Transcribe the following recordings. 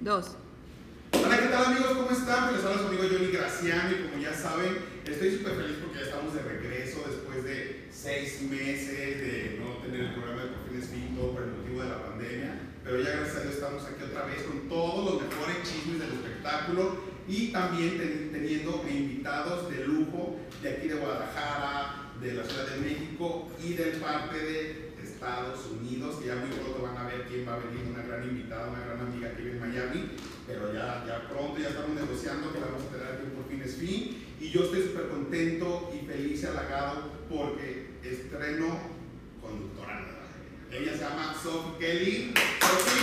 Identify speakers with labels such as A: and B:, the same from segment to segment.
A: Dos.
B: Hola, ¿qué tal amigos? ¿Cómo están? Pues les habla su amigo Johnny Graciano y como ya saben, estoy súper feliz porque ya estamos de regreso después de seis meses de no tener el programa de Por fin es Fin, todo por el motivo de la pandemia. Pero ya gracias a Dios estamos aquí otra vez con todos los mejores chismes del espectáculo y también ten- teniendo invitados de lujo de aquí de Guadalajara, de la Ciudad de México y del parte de Estados Unidos, que ya muy pronto van a ver quién va a venir, una gran invitada, una gran amiga que vive en Miami pero ya, ya pronto, ya estamos negociando que la vamos a tener aquí en por fin es fin. Y yo estoy súper contento y feliz y halagado porque estreno conductora nueva. Ella se llama Sophie Kelly. Sophie,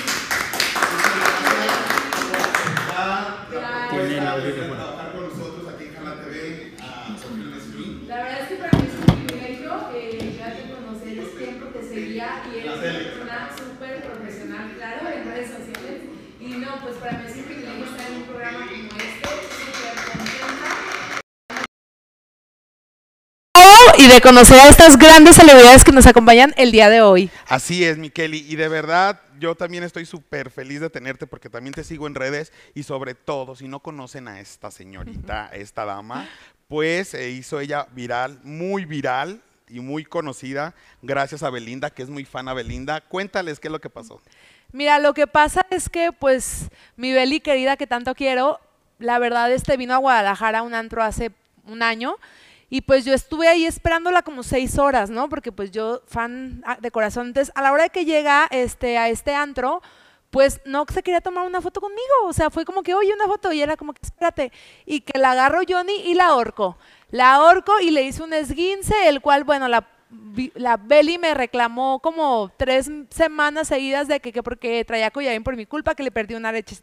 B: muchas gracias por aceptar la
A: Tiene el
B: propuesta
C: audio
B: de
C: de fuera.
B: trabajar con nosotros aquí en Jala TV a Por fin es fin.
D: La verdad es que para mí es un privilegio eh, darte a conocer, siempre te seguía y eres una súper profesional, claro, en redes sociales. Y no, pues para mí es un privilegio estar en un programa como este, súper contenta.
E: Oh, y de conocer a estas grandes celebridades que nos acompañan el día de hoy.
B: Así es, Mikeli. Y de verdad, yo también estoy súper feliz de tenerte porque también te sigo en redes y sobre todo, si no conocen a esta señorita, a esta dama, pues se hizo ella viral, muy viral y muy conocida gracias a Belinda, que es muy fan a Belinda. Cuéntales qué es lo que pasó.
E: Mira, lo que pasa es que, pues, mi Beli querida que tanto quiero, la verdad, este vino a Guadalajara a un antro hace un año y pues yo estuve ahí esperándola como seis horas, ¿no? Porque pues yo, fan ah, de corazón, entonces a la hora de que llega este, a este antro, pues no se quería tomar una foto conmigo, o sea, fue como que, oye, una foto, y era como que, espérate, y que la agarro Johnny y la ahorco. La ahorco y le hice un esguince, el cual, bueno, la, vi- la Beli me reclamó como tres m- semanas seguidas de que, que porque traía collarín por mi culpa, que le perdí un arete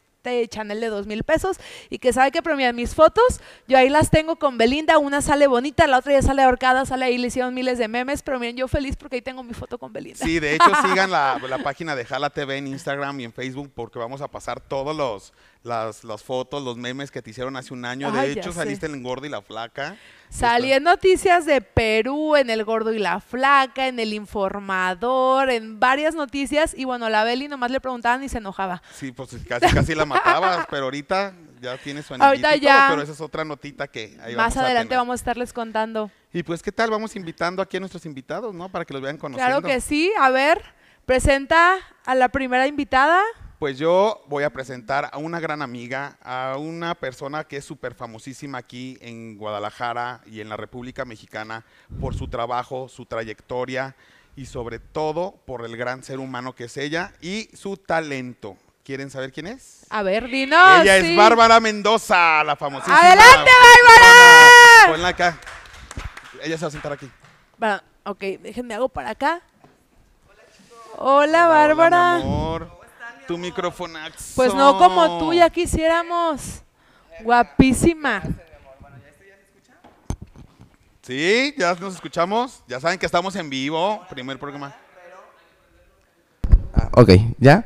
E: Chanel de dos mil pesos y que sabe que premian mis fotos, yo ahí las tengo con Belinda, una sale bonita, la otra ya sale ahorcada, sale ahí, le hicieron miles de memes, pero miren, yo feliz porque ahí tengo mi foto con Belinda.
B: Sí, de hecho, sigan la, la página de Jala TV en Instagram y en Facebook porque vamos a pasar todos los las, las fotos, los memes que te hicieron hace un año. De
E: Ay, Ah, ya
B: hecho,
E: sé.
B: saliste en el gordo y la flaca.
E: Salí en noticias de Perú, en El Gordo y la Flaca, en El Informador, en varias noticias. Y bueno, la Beli nomás le preguntaban y se enojaba.
B: Sí, pues casi, casi la matabas, pero ahorita ya tiene su anillito
E: Ahorita
B: y todo,
E: ya.
B: pero esa es otra notita que ahí
E: Más
B: vamos a
E: adelante
B: tener.
E: vamos a estarles contando.
B: Y pues, ¿qué tal? Vamos invitando aquí a nuestros invitados, ¿no? Para que los vean conociendo.
E: Claro que sí. A ver, presenta a la primera invitada.
B: Pues yo voy a presentar a una gran amiga, a una persona que es súper famosísima aquí en Guadalajara y en la República Mexicana por su trabajo, su trayectoria y sobre todo por el gran ser humano que es ella y su talento. ¿Quieren saber quién es?
E: A ver, dinos.
B: Ella
E: Ah, sí.
B: es Bárbara Mendoza, la famosísima.
E: ¡Adelante,
B: Bárbara!
E: Bárbara!
B: Ponla acá. Ella se va a sentar aquí.
E: Ba- ok, déjenme hago para acá. Hola, Bárbara.
B: Hola, mi amor. Tu microfonaxo.
E: Pues no como tú, ya quisiéramos. Guapísima.
B: Sí, ya nos escuchamos. Ya saben que estamos en vivo. Primer programa.
C: Ah, ok, ¿ya?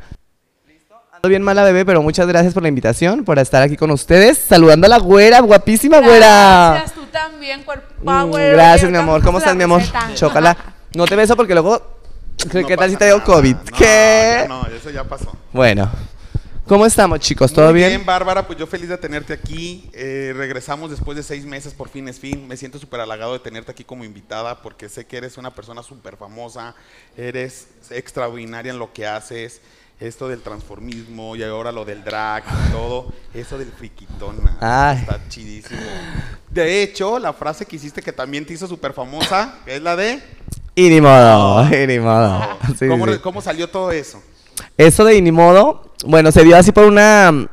C: Ando bien mala bebé, pero muchas gracias por la invitación, por estar aquí con ustedes, saludando a la güera, guapísima Ah, güera.
E: Gracias, tú también, cuerpo
C: Mm,
E: power.
C: gracias,
E: oye,
C: mi amor.
E: ahorita
C: ¿Cómo
E: vamos a la
C: estás, mi amor?
E: receta.
C: Chócala. No te beso porque luego. ¿Qué
B: No
C: tal si
B: pasa
C: te dio
B: nada.
C: COVID?
B: No,
C: ¿Qué?
B: ya No, eso ya pasó.
C: Bueno, ¿cómo estamos, chicos? ¿Todo
B: Muy
C: bien?
B: Bárbara, pues yo feliz de tenerte aquí. Eh, regresamos después de seis meses, por fin es fin. Me siento súper halagado de tenerte aquí como invitada porque sé que eres una persona súper famosa, eres extraordinaria en lo que haces. Esto del transformismo y ahora lo del drag y todo, eso del friquitona.
C: Ay.
B: Está chidísimo. De hecho, la frase que hiciste que también te hizo súper famosa es la de.
C: Y ni modo, y ni modo. Sí,
B: ¿Cómo,
C: sí.
B: re- cómo salió todo eso?
C: Eso de y ni modo, bueno, se dio así por una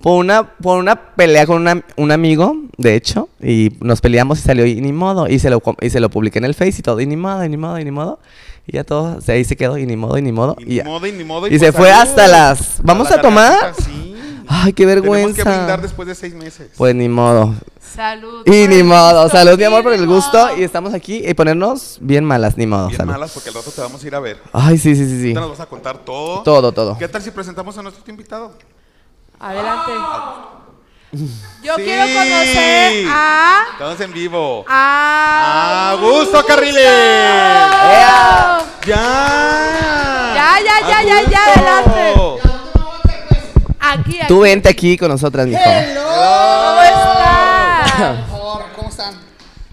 C: por una por una pelea con una- un amigo, de hecho, y nos peleamos y salió y ni modo y se lo com- y se lo publiqué en el Face y todo y ni modo, y ni modo, y ni modo. Y ya todo, se ahí se quedó y ni modo, y ni modo.
B: Y
C: Y,
B: ni
C: ya.
B: modo, y pues ni modo,
C: Y se fue hasta las- ¿Vamos
B: la
C: a tomar?
B: garganta, sí.
C: Ay, qué
B: Tenemos que brindar
C: vergüenza.
B: después de seis meses.
C: Pues ni modo.
E: Salud. por
C: Y
E: el
C: ni modo,
E: gusto,
C: salud mi
E: y
C: amor por
E: Pues ni
C: el gusto
E: modo.
C: y estamos aquí y ponernos bien malas, ni modo,
B: Bien
C: salud.
B: malas porque el rato te vamos a ir a ver.
C: Ay, sí, sí, sí, sí.
B: Ahorita nos vas a contar todo.
C: Todo, todo.
B: ¿Qué tal si presentamos a nuestro invitado?
E: Adelante. Yo
B: Sí.
E: quiero conocer a.
B: Estamos en vivo.
E: A.
B: Augusto Carriles.
C: ¡Ea!
B: ¡Ya!
E: Ya, ya, ya, ya, ya,
B: Augusto.
E: adelante. Aquí, aquí.
C: Tú vente aquí con nosotras, mijo.
E: ¿Cómo estás?
F: Amor, ¿cómo están?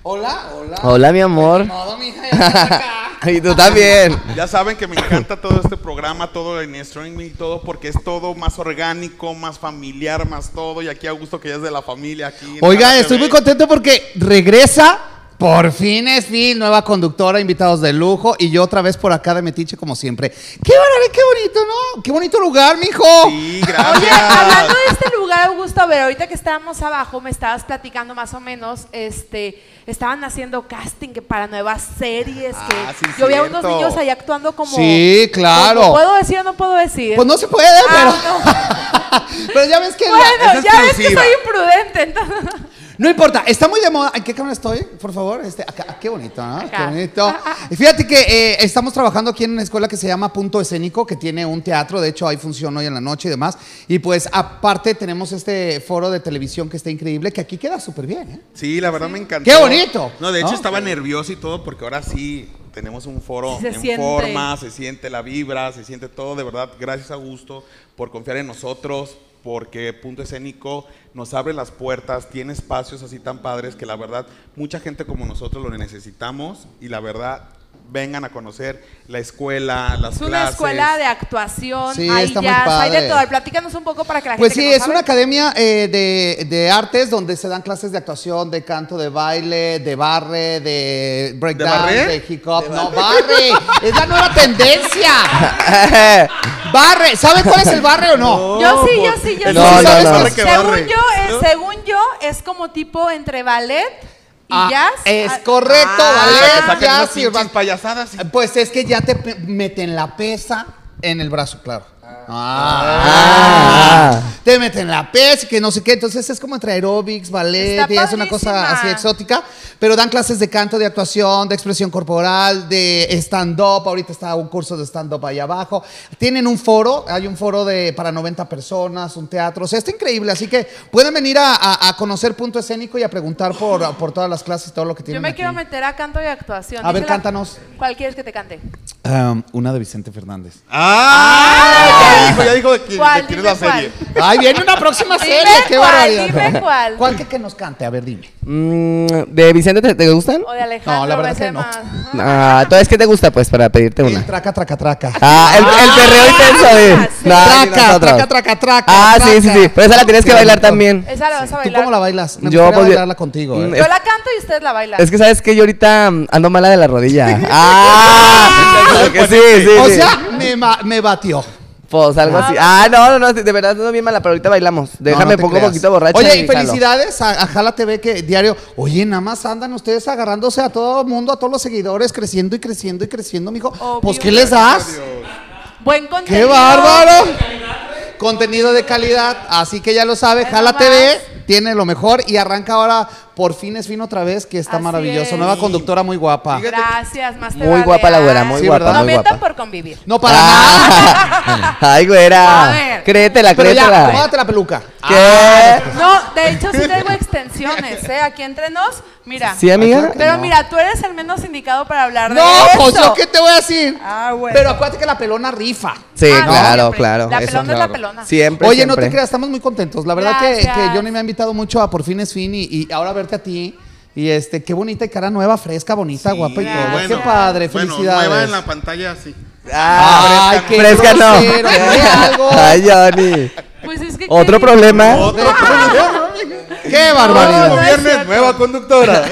F: Hola, hola.
C: Hola, mi amor.
F: Ni modo, mija, ya estás acá.
C: y tú también.
B: Ya saben que me encanta todo este programa, todo en streaming y todo, porque es todo más orgánico, más familiar, más todo. Y aquí Augusto, que ya es de la familia, aquí. en
F: Oigan,
B: Cara
F: estoy
B: TV.
F: muy contento porque regresa. Por fin es fin, nueva conductora, invitados de lujo y yo otra vez por acá de Metiche como siempre. ¡Qué barbaridad, qué bonito, ¿no? ¡Qué bonito lugar, mijo!
B: Sí,
E: Oye,
B: gracias.
E: hablando de este lugar, Augusto, a ver, ahorita que estábamos abajo, me estabas platicando más o menos, este, estaban haciendo casting que para nuevas series, que
B: Ah, sí,
E: yo veía unos
B: cierto.
E: niños ahí actuando como...
F: Sí, claro.
E: como, ¿Puedo decir o no puedo decir?
F: Pues no se puede,
E: Ah,
F: pero... pero ya ves que... la- eh,
E: Bueno,
B: es
E: ya ves que
B: exclusiva.
E: soy imprudente, entonces...
F: No importa, está muy de moda. ¿En qué cámara estoy? Por favor, este, acá, ah, qué bonito, ¿no?
E: Acá.
F: Qué bonito. Y fíjate que eh, estamos trabajando aquí en una escuela que se llama Punto Escénico, que tiene un teatro, de hecho hay función hoy en la noche y demás. Y pues aparte tenemos este foro de televisión que está increíble, que aquí queda súper bien, ¿eh?
B: Sí, la verdad me encantó.
F: ¡Qué bonito!
B: No, de hecho
F: ¿No?
B: estaba nervioso y todo porque ahora sí tenemos un foro
E: Sí se
B: en
E: siente.
B: forma, se siente la vibra, se siente todo. De verdad, gracias a Gusto por confiar en nosotros, porque Punto Escénico nos abre las puertas, tiene espacios así tan padres que la verdad mucha gente como nosotros lo necesitamos y la verdad vengan a conocer la escuela, las
E: Es una
B: clases.
E: escuela de actuación,
F: Sí,
E: hay
F: está muy
E: jazz, hay de
F: padre.
E: todo. Platícanos un poco para que la gente
F: Pues sí,
E: que no
F: es
E: sabe-
F: una academia eh, de, de artes donde se dan clases de actuación, de canto, de baile, de barre, de breakdance,
B: barré?
F: de, hip hop. No, barre. es la nueva tendencia. Barre. ¿Saben cuál es el barre o no?
E: Yo sí, yo
B: pues,
E: sí, yo
B: el
E: sí.
C: No, no, no.
B: barre que
E: Según
B: barre.
E: yo, eh,
B: ¿No?
E: según yo, es como tipo entre ballet y
F: Ah,
E: jazz.
F: Es
E: Ah,
F: correcto,
B: O sea, que
F: ballet,
B: saquen unas
F: jazz y
B: pinches
F: rock.
B: payasadas. y-
F: Pues es que ya te pe- meten la pesa en el brazo, claro.
C: Ah.
F: Ah. Te meten la pesa, que no sé qué. Entonces es como entre aeróbics, ballet,
E: Está
F: y es una cosa
E: padrísima.
F: así exótica. Pero dan clases de canto, de actuación, de expresión corporal, de stand-up. Ahorita está un curso de stand-up ahí abajo. Tienen un foro, hay un foro de para 90 personas, un teatro. O sea, está increíble. Así que pueden venir a, a- a conocer Punto Escénico y a preguntar por, por todas las clases y todo lo que
E: Yo
F: tienen.
E: me
F: aquí.
E: quiero meter a canto y actuación.
F: A ver,
E: Dísela-
F: cántanos.
E: ¿Cuál quieres que te cante?
F: Um, una de Vicente Fernández.
B: ¡Ah! Ya dijo, ya dijo de quién,
E: ¿Cuál?
B: de quién es
E: Dime
B: la serie.
E: cuál.
F: Ay, viene una próxima
E: Dime
F: serie. Qué
E: cuál,
F: barbaridad.
E: dime cuál.
F: ¿Cuál que, que nos cante? A ver, dime.
C: Mm, ¿De Vicente te, te gustan?
E: O de Alejandro
F: No, la verdad que
E: Benzema. Ah,
C: Ah, ¿tú es que te gusta, pues, para pedirte
F: El
C: una?
F: traca, traca, traca.
C: Ah, el, el perreo intenso de.
E: Ah, sí.
C: No, ni
F: traca,
C: nosotros.
F: traca, traca, traca.
C: Ah, sí, sí,
F: traca.
C: sí. Pero esa la tienes que
F: Qué
C: bailar
F: bonito.
C: también.
E: Esa la vas a
F: ¿Tú
E: bailar.
F: cómo la bailas? Me
C: Yo,
F: gustaría
C: pues, yo-
F: bailarla contigo.
C: Mm,
F: eh.
E: Yo la canto y ustedes la bailan.
C: Es que sabes que yo ahorita mm, ando mala de la rodilla. ¡Ah! claro que sí, sí,
F: o
C: sí.
F: sea, me, ma- me batió.
C: Pues algo así. Ah, no, no, no, de verdad ando bien mala, pero ahorita bailamos.
F: No, no
C: Déjame
F: te
C: pongo un
F: creas.
C: poquito borracha.
F: Oye,
C: y
F: y
C: jalo.
F: felicidades a, a Jala TV que diario. Oye, nada más andan ustedes agarrándose a todo el mundo, a todos los seguidores, creciendo y creciendo y creciendo, mijo.
E: Obvio.
F: Pues, ¿qué les das?
E: Buen contenido.
F: ¡Qué bárbaro! Contenido de calidad, así que ya lo sabe,
E: Ay,
F: Jala
E: nomás.
F: TV tiene lo mejor y arranca ahora por fin es fin otra vez, que está
E: Así
F: maravilloso.
E: es.
F: Nueva conductora muy guapa.
B: Fíjate-
E: Gracias, más te
C: Muy
E: vale.
C: guapa la güera,
E: Ay,
C: muy
F: Sí,
C: guapa,
F: ¿verdad?
E: No
C: muy
E: mientan
C: guapa.
E: por convivir.
F: No para
C: Ah. Ay,
E: A
C: güera.
E: ver.
C: Créetela,
F: nada. Pero ya,
C: créetela.
F: acomódate la peluca. Ah,
C: ¿Qué?
E: No, de hecho sí tengo extensiones, ¿eh? Aquí entre nos, mira.
C: ¿Sí, amiga?
F: Ay,
E: Pero
F: No.
E: mira, tú eres el menos indicado para hablar de
F: No,
E: eso.
F: pues yo qué te voy a decir.
E: Ah, bueno.
F: Pero acuérdate que la pelona rifa.
C: Sí,
E: Ah, no,
C: claro,
E: siempre.
C: claro.
E: La
C: eso,
E: pelona es la
C: claro.
E: pelona.
C: Siempre,
F: Oye, no te
C: siempre.
F: creas, estamos muy contentos. La verdad que,
E: Gracias.
F: que Johnny me ha invitado mucho a Por Fin es Fin y, y ahora verte a ti. Y este, qué bonita y cara nueva, fresca, bonita,
B: Sí,
F: guapa y todo.
E: gracias.
F: Qué padre,
B: bueno,
F: felicidades.
B: nueva en la pantalla, sí.
C: Ah,
F: Ay, qué
C: fresca no.
F: grosero, di algo.
C: Ay, Johnny.
E: Pues es que
C: Otro
E: ¿qué?
C: problema.
B: Otro
F: ¡Qué barbaridad!
E: No, no es
B: viernes,
E: cierto.
B: nueva conductora.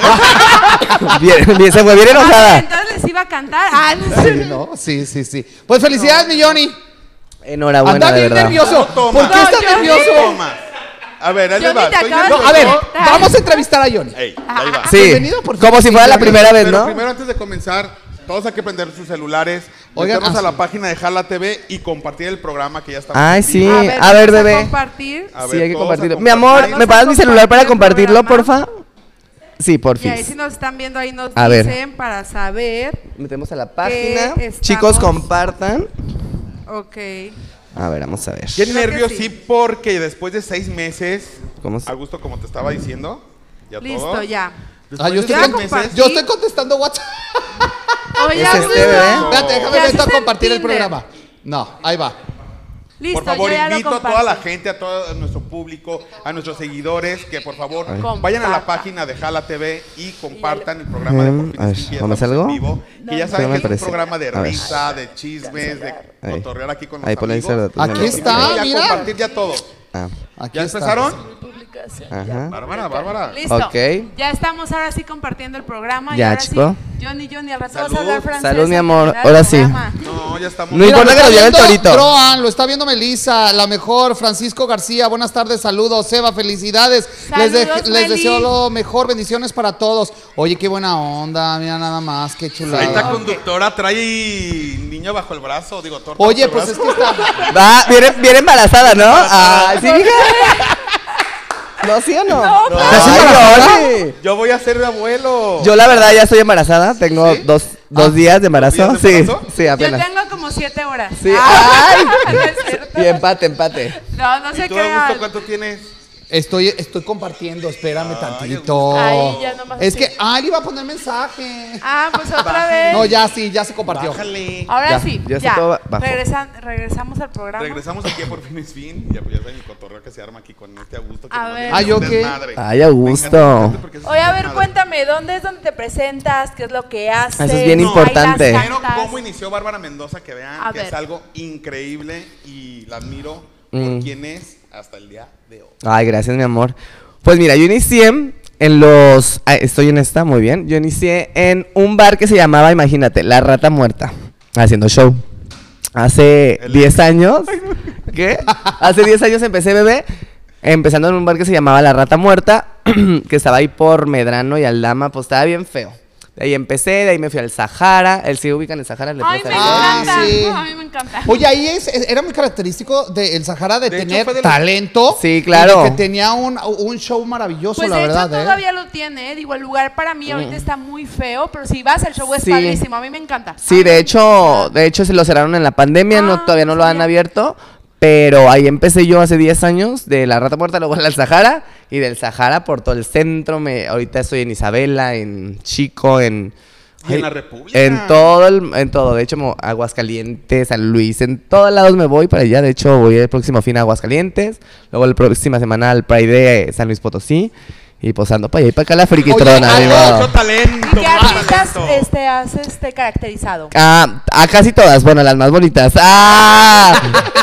C: Bien, bien, se fue bien
E: Ah,
C: enojada.
E: Entonces les iba a cantar. Ah, no sé.
F: Sí, ¿no? sí, sí, sí. Pues felicidades, mi Johnny.
C: Enhorabuena,
F: Anda
C: de
F: bien
C: verdad.
F: nervioso.
B: Toma.
F: ¿Por qué
E: No,
F: estás
E: yo ni-
F: nervioso?
B: Toma. A ver, ahí
E: Yo
B: les va.
E: ni te
B: Estoy
E: acabas
F: No,
B: nervioso.
F: a ver,
E: Ay.
F: vamos a entrevistar a Johnny.
B: Ey, ahí va.
C: Sí,
F: Ah, Bienvenido, por
C: como
F: fin,
C: si fuera la
F: Johnny.
C: primera vez,
B: Pero
C: ¿no?
B: primero, antes de comenzar, todos hay que prender sus celulares,
F: Oigan,
B: meternos
F: ah,
B: a la
F: sí.
B: página de Jala TV y compartir el programa que ya está.
C: Ay, sí.
E: A
C: a ver,
E: vamos
C: bebé.
E: compartir.
B: A
C: Sí,
B: ver,
C: hay que
B: todos a
C: compartirlo.
B: compartir.
C: Mi amor,
E: Vamos
C: ¿me
E: a
C: pagas mi celular para
E: compartir el
C: compartirlo, porfa? Sí, por
E: Y
C: fin.
E: ahí si nos están viendo ahí nos
C: A ver.
E: dicen para saber.
C: Metemos a la página. Chicos,
E: estamos-
C: compartan.
E: Ok.
C: A ver, vamos a ver.
B: Qué
E: Creo que
B: nervios,
E: sí.
B: sí, porque después de seis meses,
C: ¿Cómo se-
B: a gusto como te estaba diciendo, ya
E: Listo,
B: todo.
E: ya.
F: Ah,
B: Después
F: yo,
B: de
F: estoy
E: Ya
B: seis
F: con-
B: meses,
E: compartí.
F: yo estoy contestando WhatsApp.
E: Oye,
C: Es este,
E: Augusto,
C: ¿verdad?
B: ¿eh?
F: Espérate, déjame
E: Ya
F: meto a
E: estás en
F: compartir el
E: Tinder.
F: programa. No, ahí va.
E: Listo,
B: por favor,
E: yo ya lo
B: invito a toda la
E: compartí.
B: gente, a todo nuestro público, a nuestros seguidores, que por favor
E: Compartan.
B: vayan a la página de Jala TV y compartan el programa de
C: Em,
B: Por
C: a ver,
B: Fines Limpias,
C: ¿dónde
B: estamos
C: salgo?
B: en vivo, que ya
C: No,
B: saben
C: no.
B: que es un
C: Parece.
B: programa de
C: A ver.
B: risa, de chismes, de
C: Ahí.
B: cotorrear aquí con los
C: Ahí ponle
B: amigos.
C: Instagram, tú
F: Aquí
C: me lo-
F: está,
B: Ya
F: mira.
B: compartir ya todo.
C: Ah,
F: Aquí
B: ¿Ya
F: está.
B: empezaron?
E: Publicación.
C: ajá.
B: Bárbara, Bárbara.
E: Listo.
C: Ok.
E: Ya estamos ahora sí compartiendo el programa. y
C: Ya,
E: ahora
C: chico.
E: Sí, Johnny, Johnny, al rato
B: Salud.
E: vas a hablar francés.
C: Salud, mi
E: al
C: amor.
E: terminar
C: Ahora
E: el
C: sí.
E: programa.
B: No, ya estamos.
C: No
F: Mira,
C: importa
F: lo
C: que lo
F: está
C: lleve el
F: viendo
C: torito.
F: Croan, lo está viendo Melissa, la mejor, Francisco García, buenas tardes, saludos, Seba, felicidades. Les, de-
E: Saludos,
F: les
E: Meli.
F: deseo lo mejor, bendiciones para todos. Oye, qué buena onda, mira nada más, qué chulada.
B: Ahí está conductora, trae niño bajo el brazo, digo, torta
F: Oye,
B: bajo el
F: pues es
B: brazo.
F: que está.
C: Va, viene, viene embarazada, ¿no? Ah, ¿sí, hija? ¿No, sí o no? No, Ay, Loli.
B: Yo voy a ser de abuelo.
C: Yo la verdad ya estoy embarazada, tengo
B: ¿Sí?
C: dos, dos días de embarazo.
B: ¿dos días de
C: Sí,
B: embarazo?
C: sí,
E: Yo
C: apenas.
E: tengo como siete horas.
C: Sí,
E: Ah,
C: ay.
E: no es cierto.
C: Y empate, empate.
E: No, no se
B: ¿Tú, Augusto,
E: crean.
B: cuánto tienes?
F: Estoy, estoy compartiendo, espérame tantito.
E: Ay, ya nomás
F: es
E: así.
F: que, ah, le iba a poner mensaje.
E: Ah, pues otra vez.
F: No, ya sí, ya se compartió.
B: Bájale.
E: Ahora
C: Ya,
E: sí,
C: ya
E: ya.
C: está todo ba- bajo.
E: Regresan- regresamos al programa.
B: Regresamos aquí a por fin es fin. Ya, pues, ya saben el cotorreo que se arma aquí con este Augusto. Que
E: A
B: nomás
E: ver.
B: viene
F: Ay, ¿yo
B: un
F: qué?
B: desmadre.
C: Ay, Augusto.
B: Me encanta, me encanta porque es un
E: Oye, a ver,
B: desmadre.
E: cuéntame, ¿dónde es donde te presentas? ¿Qué es lo que haces?
C: Eso es bien
E: ¿Bailas,
C: importante.
B: Primero,
E: cantas?
B: cómo inició Bárbara Mendoza, que vean
E: A
B: que es
E: ver.
B: algo increíble y la admiro
C: Mm.
B: por quién es hasta el día de hoy.
C: Ay, gracias, mi amor. Pues mira, yo inicié en los. ah, estoy en esta, muy bien. Yo inicié en un bar que se llamaba, imagínate, La Rata Muerta, haciendo show. Hace
B: El-
C: 10 años. ¿Qué? Hace 10 años empecé, bebé. Empezando en un bar que se llamaba La Rata Muerta, que estaba ahí por Medrano y Aldama, pues estaba bien feo. De ahí empecé, de ahí me fui al Sahara. El sí ubican el Sahara, el
E: Ay, me
F: Ah,
E: encanta.
F: sí.
E: No, a mí me encanta.
F: Oye, ahí es, era muy característico del Sahara de,
B: De hecho,
F: tener
B: fue de los-
F: talento.
C: Sí, claro.
F: y de que tenía un, un show maravilloso,
E: pues
F: la
E: de
F: verdad.
E: hecho
F: ¿eh?
E: todavía lo tiene, ¿eh? digo, el lugar para mí ahorita está muy feo, pero si vas al show es
C: Mm. Sí.
E: padrísimo, a mí me encanta.
C: Sí, de hecho, de hecho se lo cerraron en la pandemia,
E: Ah,
C: no, todavía no lo han
E: sabía.
C: abierto, pero ahí empecé yo hace 10 años, de la Rata Muerta luego al Sahara, y del Sahara por todo el centro, me, ahorita estoy en Isabela, en Chico, en...
B: Y en
C: ay,
B: la República.
C: En todo, el- en todo, de hecho, mo- Aguascalientes, San Luis, en todos lados me voy para allá, de hecho voy el próximo fin a Aguascalientes, luego la próxima semana al Pride de San Luis Potosí, y pues posando para allá y para acá la friquitrona,
F: Oye,
C: mi
F: algo-
C: modo.
B: Mucho talento.
E: ¿Y qué
B: mucho
E: artistas
B: talento.
E: este, has este, caracterizado?
C: Ah, a casi todas, bueno, las más bonitas. ¡Ah!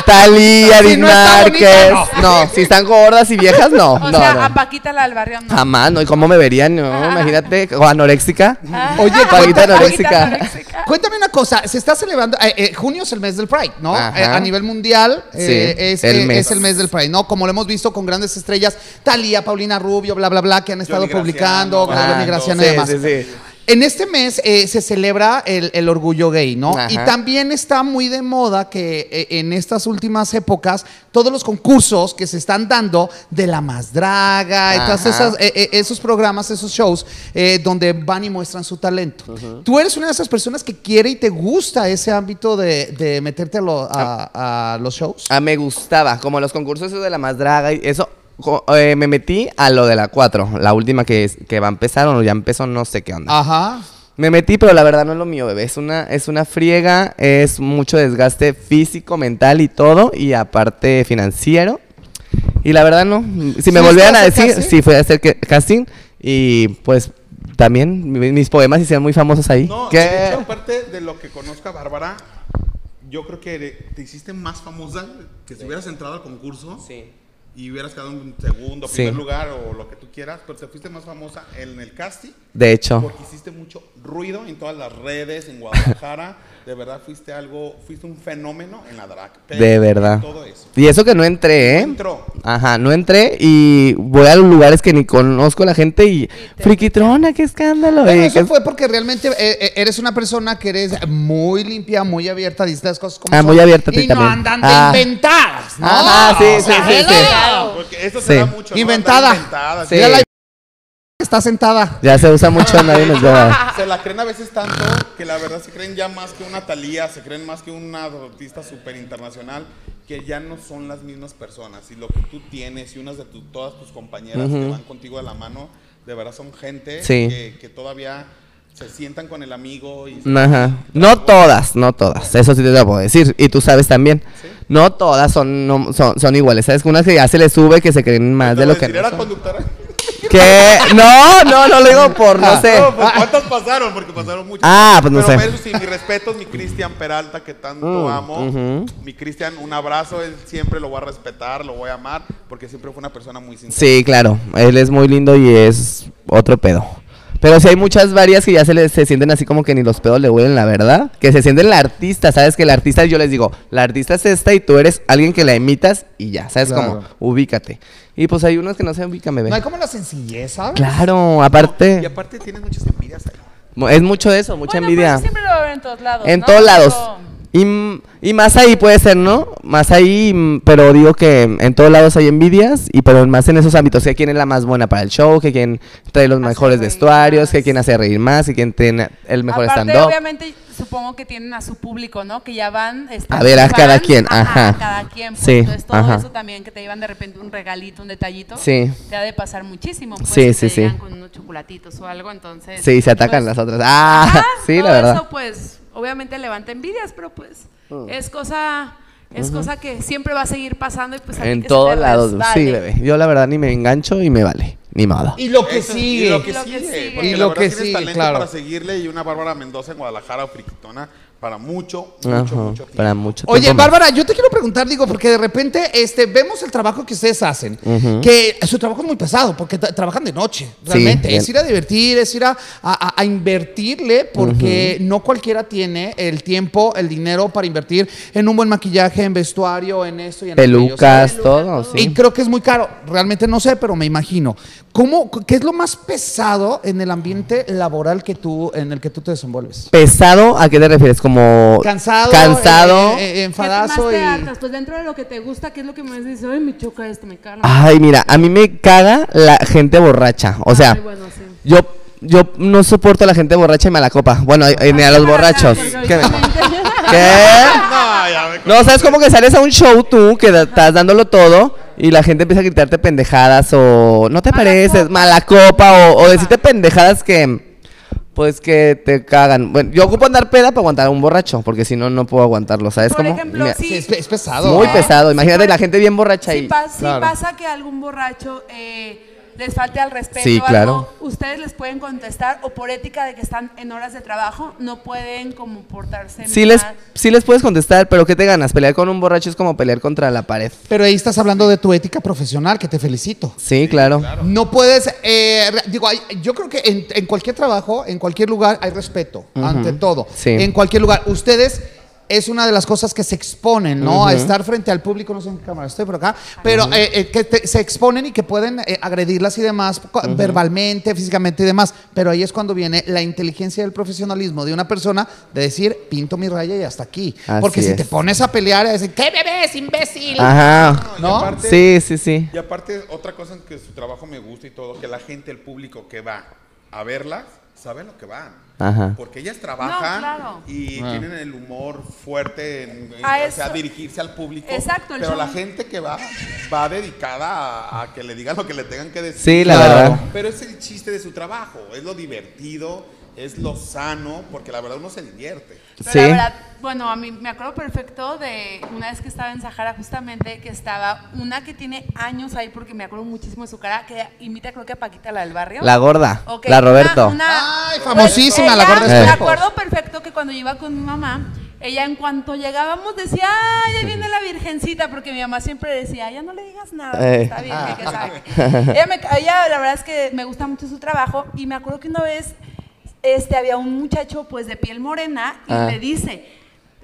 C: Talía,
F: Si
C: Edith
F: no está
C: Márquez.
F: bonita,
C: no. si están gordas y viejas, no.
E: O
C: Ah, no,
E: sea,
C: no.
E: a Paquita la del barrio no.
C: Jamás, no. ¿Y cómo me verían? No, imagínate, o anoréxica.
E: Ah.
F: Oye,
C: Paquita
E: Paquita
C: anoréxica.
E: anoréxica.
F: Cuéntame una cosa, se está celebrando, eh, eh, junio es el mes del Pride, ¿no?
C: Ajá.
F: Eh, a nivel mundial eh,
C: Sí,
F: es,
C: el
F: eh,
C: mes.
F: es el mes del Pride, ¿no? Como lo hemos visto con grandes estrellas, Talía, Paulina Rubio, bla, bla, bla, que han estado
B: Graciano,
F: publicando,
B: Pablo
F: Gabriel
C: Ah,
F: Migración y
C: sí,
F: demás.
C: sí, sí.
F: En este mes eh, se celebra el, el orgullo gay, ¿no?
C: Ajá.
F: Y también está muy de moda que eh, en estas últimas épocas todos los concursos que se están dando de la más draga, y todas
C: Ajá.
F: esas, eh, eh, esos programas, esos shows eh, donde van y muestran su talento. Tú eres una de esas personas que quiere y te gusta ese ámbito de, de meterte a, lo- a- a los shows.
C: Ah, me gustaba, como los concursos esos de la más draga y eso. co- eh, me metí a lo de la 4, la última que, es- que va a empezar o ya empezó, no sé qué onda.
F: Ajá.
C: Me metí, pero la verdad no es lo mío, bebé. Es una, es una friega, es mucho desgaste físico, mental y todo, y aparte financiero. Y la verdad no. Si me
F: ¿Sí
C: volvieran a
F: estás en
C: decir,
F: casting?
C: sí, fui a hacer que- casting. Y pues también mi- mis poemas hicieron muy famosos ahí.
B: No,
C: ¿Qué?
B: de hecho, aparte de lo que conozca Bárbara, yo creo que eres- te hiciste más famosa que si hubieras entrado al concurso y hubieras quedado en segundo,
C: Sí.
B: primer lugar o lo que tú quieras, pero te fuiste más famosa en el casting
C: De hecho.
B: porque hiciste mucho ruido en todas las redes, en Guadalajara. de verdad fuiste algo, fuiste un fenómeno en la drag. pero
C: De verdad.
B: en Todo eso.
C: Y eso que no entré, ¿eh?
B: Entró.
C: Ajá, no entré y voy a lugares que ni conozco la gente y... ¡Friquitrona, qué escándalo!
F: Bueno,
C: eh,
F: eso
C: qué-
F: fue porque realmente eh, eh, eres una persona que eres muy limpia, muy abierta, dices las cosas como
C: Ah,
F: son,
C: muy abierta a ti
F: y no
C: también.
F: andan de
C: Ah.
F: inventadas, ¿no?
C: Ah, sí,
F: O sea,
C: sí, sí, sí.
F: hello.
B: Porque eso
C: Sí.
B: se da mucho. ¿no?
F: Inventada.
B: Andar inventada.
C: Sí.
F: Mira la que está sentada.
C: Ya se usa mucho, nadie nos da...
B: Se la creen a veces tanto que la verdad se creen ya más que una Thalía, se creen más que una artista súper internacional, que ya no son las mismas personas. Y lo que tú tienes y unas de tu- todas tus compañeras que van contigo de la mano, de verdad son gente
C: Sí.
B: que, que todavía se sientan con el amigo y
C: Ajá. No todas, no todas. Eso sí te lo puedo decir. Y tú sabes también. No todas son, no- son, son iguales, ¿sabes? Unas que ya se les sube, que se creen más de lo que... no
B: ¿Era
C: son.
B: conductora?
C: ¿Qué? No, no, no lo digo por, no sé.
B: No, pues, ¿cuántas pasaron? Porque pasaron muchas.
C: Ah, pues, no
B: Pero
C: sé.
B: Eso sí, mis respetos, mi Cristian Peralta, que tanto
C: Mm,
B: amo.
C: ujú.
B: Mi Cristian, un abrazo, él siempre lo voy a respetar, lo voy a amar, porque siempre fue una persona muy sincera.
C: Sí, claro. Él es muy lindo y es otro pedo. Pero sí hay muchas varias que ya se, les, se sienten así como que ni los pedos le huelen, la verdad. Que se sienten la artista, ¿sabes? Que la artista, yo les digo, la artista es esta y tú eres alguien que la imitas y ya, ¿sabes?
F: Claro.
C: Como, ubícate. Y pues hay unos que no se ubican, bebé.
F: No hay como la sencillez, ¿sabes?
C: Claro,
B: Y
C: aparte,
B: aparte tienes muchas envidias ahí.
C: mo- es mucho eso, mucha
E: Bueno, pero
C: envidia.
E: pues, siempre lo va a haber en todos lados.
C: En
E: ¿no?
C: todos lados.
E: Pero-
C: Y, m- y más ahí puede ser, ¿no? Más ahí, mm, pero digo que en todos lados hay envidias, y pero más en esos ámbitos, que quién es la más buena para el show, que quién trae los
E: Hace
C: mejores
E: reír
C: vestuarios, que
E: más.
C: quién hace reír más, que quién tiene el mejor
E: Aparte,
C: stand-up.
E: obviamente, supongo que tienen a su público, ¿no? Que ya van... este,
C: A ver a
E: van
C: cada quien, ajá.
E: A cada quien, pues.
C: Sí,
E: Entonces, todo
C: ajá.
E: eso también, que te llevan de repente un regalito, un detallito.
C: Sí.
E: Te ha de pasar muchísimo, pues.
C: Sí,
E: que
C: sí,
E: te llegan
C: sí.
E: con unos chocolatitos o algo, entonces...
C: Sí, se atacan
E: pues,
C: las otras. Ah,
E: ajá,
C: sí, la
E: todo
C: verdad. Mm.
E: eso, pues, obviamente levanta envidias, pero pues, es cosa... Es cosa que siempre va a seguir pasando y pues a ti
C: en
E: que se
C: todos
E: te
C: lados, sí,
E: resbale.
C: bebé. Yo la verdad ni me engancho y me vale, ni modo.
F: Y lo que
B: Eso,
F: sigue.
B: Y lo que
E: Y lo que
B: sigue.
E: sigue.
B: porque
F: Y
B: la
F: lo
B: verdad
F: que
B: tienes
F: sigue,
B: talento
F: claro.
B: para seguirle y una Bárbara Mendoza en Guadalajara o Friquitona para mucho, mucho,
C: Ajá,
B: mucho tiempo.
C: para mucho
F: Oye,
C: tiempo más.
F: Bárbara, yo te quiero preguntar, digo, porque de repente este, vemos el trabajo que ustedes hacen, que su trabajo es muy pesado, porque tra- trabajan de noche, realmente.
C: bien.
F: es ir a divertir, es ir a, a- a- a invertirle, porque no cualquiera tiene el tiempo, el dinero para invertir en un buen maquillaje, en vestuario, en esto y en aquello, ¿sabes?
C: Pelucas, todo, sí.
F: Y creo que es muy caro, realmente no sé, pero me imagino. ¿Cómo, cu- ¿Qué es lo más pesado en el ambiente laboral que tú, en el que tú te desenvuelves?
C: ¿Pesado? ¿A qué te refieres? Como...
F: Cansado,
C: Cansado.
F: eh, eh, eh,
E: ¿Qué más
F: enfadazo
E: te
F: y...
E: hartas? Pues dentro de lo que te gusta, ¿qué es lo que más dices? Ay, me choca esto, me caga.
C: Ay, mira, a mí me caga la gente borracha. O sea,
E: Ay, bueno, sí.
C: yo, yo no soporto a la gente borracha y mala copa. Bueno, eh, ni a los borrachos. ¿Qué? ¿Qué?
B: No, ya me-
C: No, sabes como que sales a un show tú que da- estás dándolo todo y la gente empieza a gritarte pendejadas o no te
E: Mala
C: pareces,
E: copa.
C: mala copa o, o decirte pendejadas que pues que te cagan. Bueno, yo ocupo andar peda para aguantar a un borracho, porque si no no puedo aguantarlo, ¿sabes
E: Por
C: cómo?
E: ejemplo,
C: Mira,
E: sí.
F: Sí, es, pe- es pesado.
C: Muy
F: ¿eh?
C: pesado,
E: Sí,
C: imagínate
E: pues,
C: la gente bien borracha
E: Si,
C: y
E: pas- si
F: Claro.
E: pasa que algún borracho eh, les falte al respeto,
C: Sí,
E: o
C: claro.
E: algo, ustedes les pueden contestar o por ética de que están en horas de trabajo, no pueden como portarse
C: Sí les,
E: mal.
C: sí les puedes contestar, pero ¿qué te ganas? Pelear con un borracho es como pelear contra la pared.
F: Pero ahí estás hablando de tu ética profesional, que te felicito.
C: Sí, claro.
F: No puedes, eh, re- digo, hay- yo creo que en, en cualquier trabajo, en cualquier lugar, hay respeto, ante todo.
C: Sí.
F: En cualquier lugar. Ustedes es una de las cosas que se exponen, ¿no? A estar frente al público, no sé en qué cámara estoy por acá, pero eh, eh, que te- se exponen y que pueden eh, agredirlas y demás, co- verbalmente, físicamente y demás. Pero ahí es cuando viene la inteligencia y el profesionalismo de una persona de decir, pinto mi raya y hasta aquí.
C: Así
F: Porque si
C: es.
F: te pones a pelear, a decir, ¿qué bebés, imbécil?
C: Ajá.
B: y
F: ¿No?
B: aparte-
C: Sí, sí, sí.
B: Y aparte, otra cosa en que su trabajo me gusta y todo, que la gente, el público que va a verlas, sabe lo que van.
C: Ajá.
B: Porque ellas trabajan
E: No, claro.
B: y tienen el humor fuerte, en, en-
E: A
B: o sea,
E: eso-
B: dirigirse al público.
E: Exacto, el
B: Pero
E: show.
B: la gente que va, va dedicada a, a que le digan lo que le tengan que decir.
C: Sí, la
F: Claro.
C: verdad.
B: Pero es el chiste de su trabajo, es lo divertido, es lo sano, porque la verdad uno se divierte.
E: Pero
C: Sí.
E: la verdad, bueno, a mí me acuerdo perfecto de una vez que estaba en Sahara justamente, que estaba una que tiene años ahí, porque me acuerdo muchísimo de su cara, que imita creo que a Paquita la del barrio.
C: La gorda.
E: Ok,
C: La
E: una-
C: Roberto.
F: Ah,
E: una-
F: Ay, famosísima, la
E: ella,
F: Gorda
E: Me
F: Espejos.
E: acuerdo perfecto que cuando yo iba con mi mamá, ella en cuanto llegábamos decía, ay, ya viene la virgencita, porque mi mamá siempre decía, ya no le digas nada,
C: Eh.
E: está bien, que sabe". ella, me- ella, la verdad es que me gusta mucho su trabajo y me acuerdo que una vez este, había un muchacho pues de piel morena y
C: Ah.
E: le dice,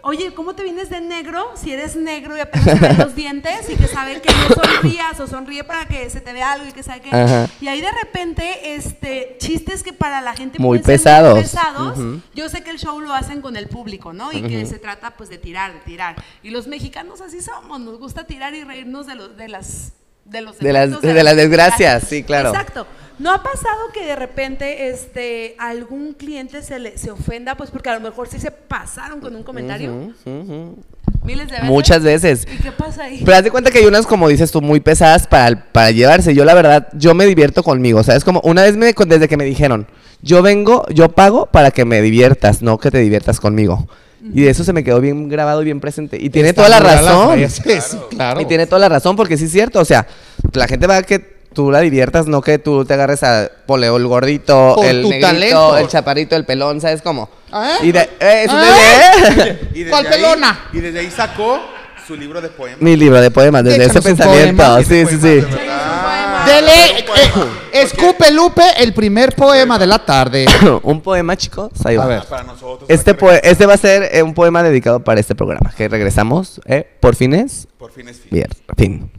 E: oye, ¿cómo te vienes de negro si eres negro y apenas te ven los dientes y que sabe que no sonrías o sonríe para que se te vea algo y que sabe que...
C: Ajá.
E: Y ahí de repente, este, chistes que para la gente
C: Muy
E: pueden ser
C: pesados.
E: muy pesados.
C: Ujú.
E: Yo sé que el show lo hacen con el público, ¿no? Y que se trata pues de tirar, de tirar. Y los mexicanos así somos, nos gusta tirar y reírnos de los de las de los
C: De las-
E: defectos,
C: de las desgracias, sí, claro.
E: Exacto. ¿No ha pasado que de repente este algún cliente se le se ofenda pues porque a lo mejor sí se pasaron con un comentario? Miles de veces.
C: Muchas veces.
E: ¿Y qué pasa ahí?
C: Pero haz de cuenta que hay unas, como dices tú, muy pesadas para, para llevarse. Yo, la verdad, yo me divierto conmigo. ¿Sabes? Como una vez me, desde que me dijeron, yo vengo, yo pago para que me diviertas, no que te diviertas conmigo. Y de eso se me quedó bien grabado y bien presente. Y tiene
F: Está
C: toda la
F: dura las
C: razón.
F: rayas. Sí, claro.
C: Y tiene toda la razón, porque sí es cierto. O sea, la gente va a que tú la diviertas, no que tú te agarres a poleo el gordito,
F: Por
C: el
F: tu
C: negrito,
F: talento.
C: el chaparito, el pelón, ¿sabes cómo?
F: ¿Ah?
C: Y de, eh, eso
F: ¿Ah?
C: te-
B: Y desde
F: ¿Cuál
B: ahí-
F: pelona?
B: Y desde ahí sacó su libro de poemas.
C: Mi libro de poemas, desde
F: Échanos
C: ese
F: un
C: pensamiento.
F: poema.
C: Sí, sí,
B: Poemas, de
C: sí.
B: verdad.
F: Dele,
B: Un poema.
F: eh, escupe Lupe el primer poema de la tarde.
C: Un poema, chicos. Ahí va.
F: A ver.
B: Para nosotros.
C: Este,
B: para que
C: poe- este va a ser eh, un poema dedicado para este programa, que regresamos eh, por fines.
B: Por fin es fin.
C: Bien, fin.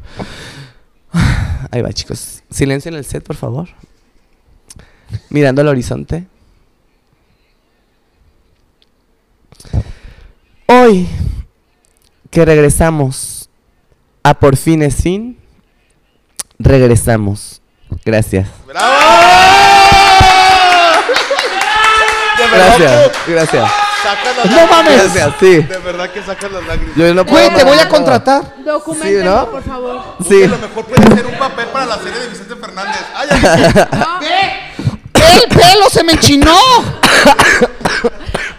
C: Ahí va, chicos. Silencio en el set, por favor. Mirando al horizonte. Hoy que regresamos a por fin es fin, regresamos. Gracias.
B: De verdad
C: Gracias,
B: que
C: gracias.
B: sacas las
F: No mames.
C: Gracias, sí.
B: De verdad que sacas las lágrimas.
C: Yo no puedo
F: Güey, te voy a
C: más.
F: contratar.
G: Documentenlo,
C: Sí, ¿no?
G: por favor.
C: Sí.
B: A lo mejor puede ser un papel para la serie de Vicente Fernández. ¡Ay, ay, ay!
F: ¡El pelo se me enchinó!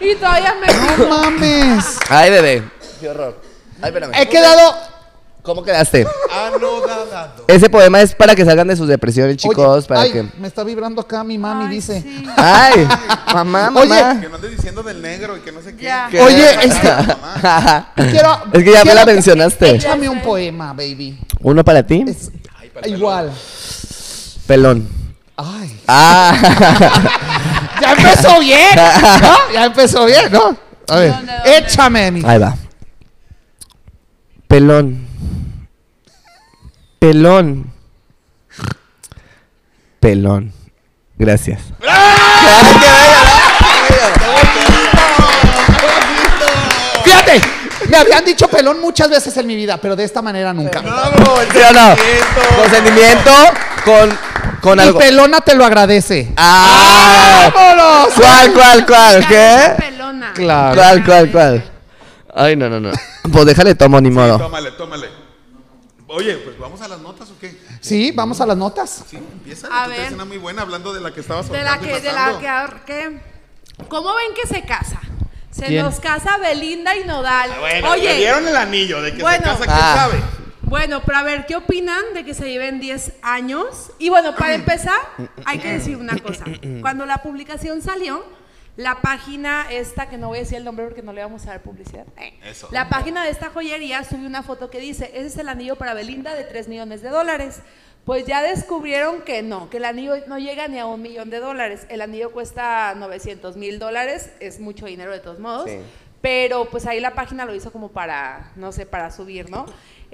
G: Y todavía me
F: ¡No mames!
C: Ay, bebé. Qué horror. Ay, espérame.
F: He quedado.
C: ¿Cómo quedaste?
B: Anodadado.
C: Ese poema es para que salgan de sus depresiones, chicos,
F: Oye,
C: para
F: ay,
C: que...
F: Me está vibrando acá mi mami, dice.
C: ¡Ay! ¡Mamá,
F: Oye.
C: mamá!
B: Que no andes diciendo del negro y que no sé qué.
E: Ya.
B: Que-
F: Oye,
B: Ay,
F: este-
B: mamá.
F: Quiero-
C: es que ya me
F: quiero
C: la
F: que-
C: mencionaste.
F: Échame un poema, baby.
C: Uno para ti.
F: Es igual.
C: Pelón.
F: Ay.
C: ¡Ah!
F: Ya empezó bien. ¿no? Ya empezó bien, ¿no? A ver.
E: ¿Dónde, dónde?
F: Échame mi.
C: Ahí va. Pelón. Pelón. Pelón. Gracias.
F: Fíjate, me habían dicho pelón muchas veces en mi vida, pero de esta manera nunca.
B: ¡Bravo! el
C: ¿Sí o no?
B: sentimiento.
C: Con sentimiento, con, con
F: Mi
C: algo.
F: pelona te lo agradece.
C: ¡Ah!
F: ¡Vámonos!
C: ¿Cuál, cuál, cuál? ¿Qué?
E: Pelona.
F: Claro.
C: ¿Cuál, cuál, cuál? Ay, no, no, no. Pues déjale tomo, ni modo.
B: Tómale, tómale. Oye, pues vamos a las notas o qué?
F: Sí, vamos a las notas.
B: Sí, empieza.
E: A
B: Tú
E: ver.
B: traes una muy buena hablando de la que estabas
E: De la
B: soltando y
E: que, de la
B: matando.
E: que, ar- que- ¿Cómo ven que se casa? Se
F: ¿Quién?
E: nos casa Belinda y Nodal.
B: Ah, Bueno,
E: Oye,
B: le dieron el anillo de que
E: Bueno.
B: se casa, ¿quién
C: Ah.
B: sabe?
E: bueno, pero a ver, ¿qué opinan de que se lleven 10 años? Y bueno, para empezar, hay que decir una cosa. Cuando la publicación salió, la página esta, que no voy a decir el nombre porque no le vamos a dar publicidad. eh,
B: Eso.
E: La página de esta joyería subió una foto que dice, ese es el anillo para Belinda de 3 millones de dólares. Pues ya descubrieron que no, que el anillo no llega ni a un millón de dólares. El anillo cuesta 900 mil dólares, es mucho dinero de todos modos.
C: Sí.
E: Pero pues ahí la página lo hizo como para, no sé, para subir, ¿no?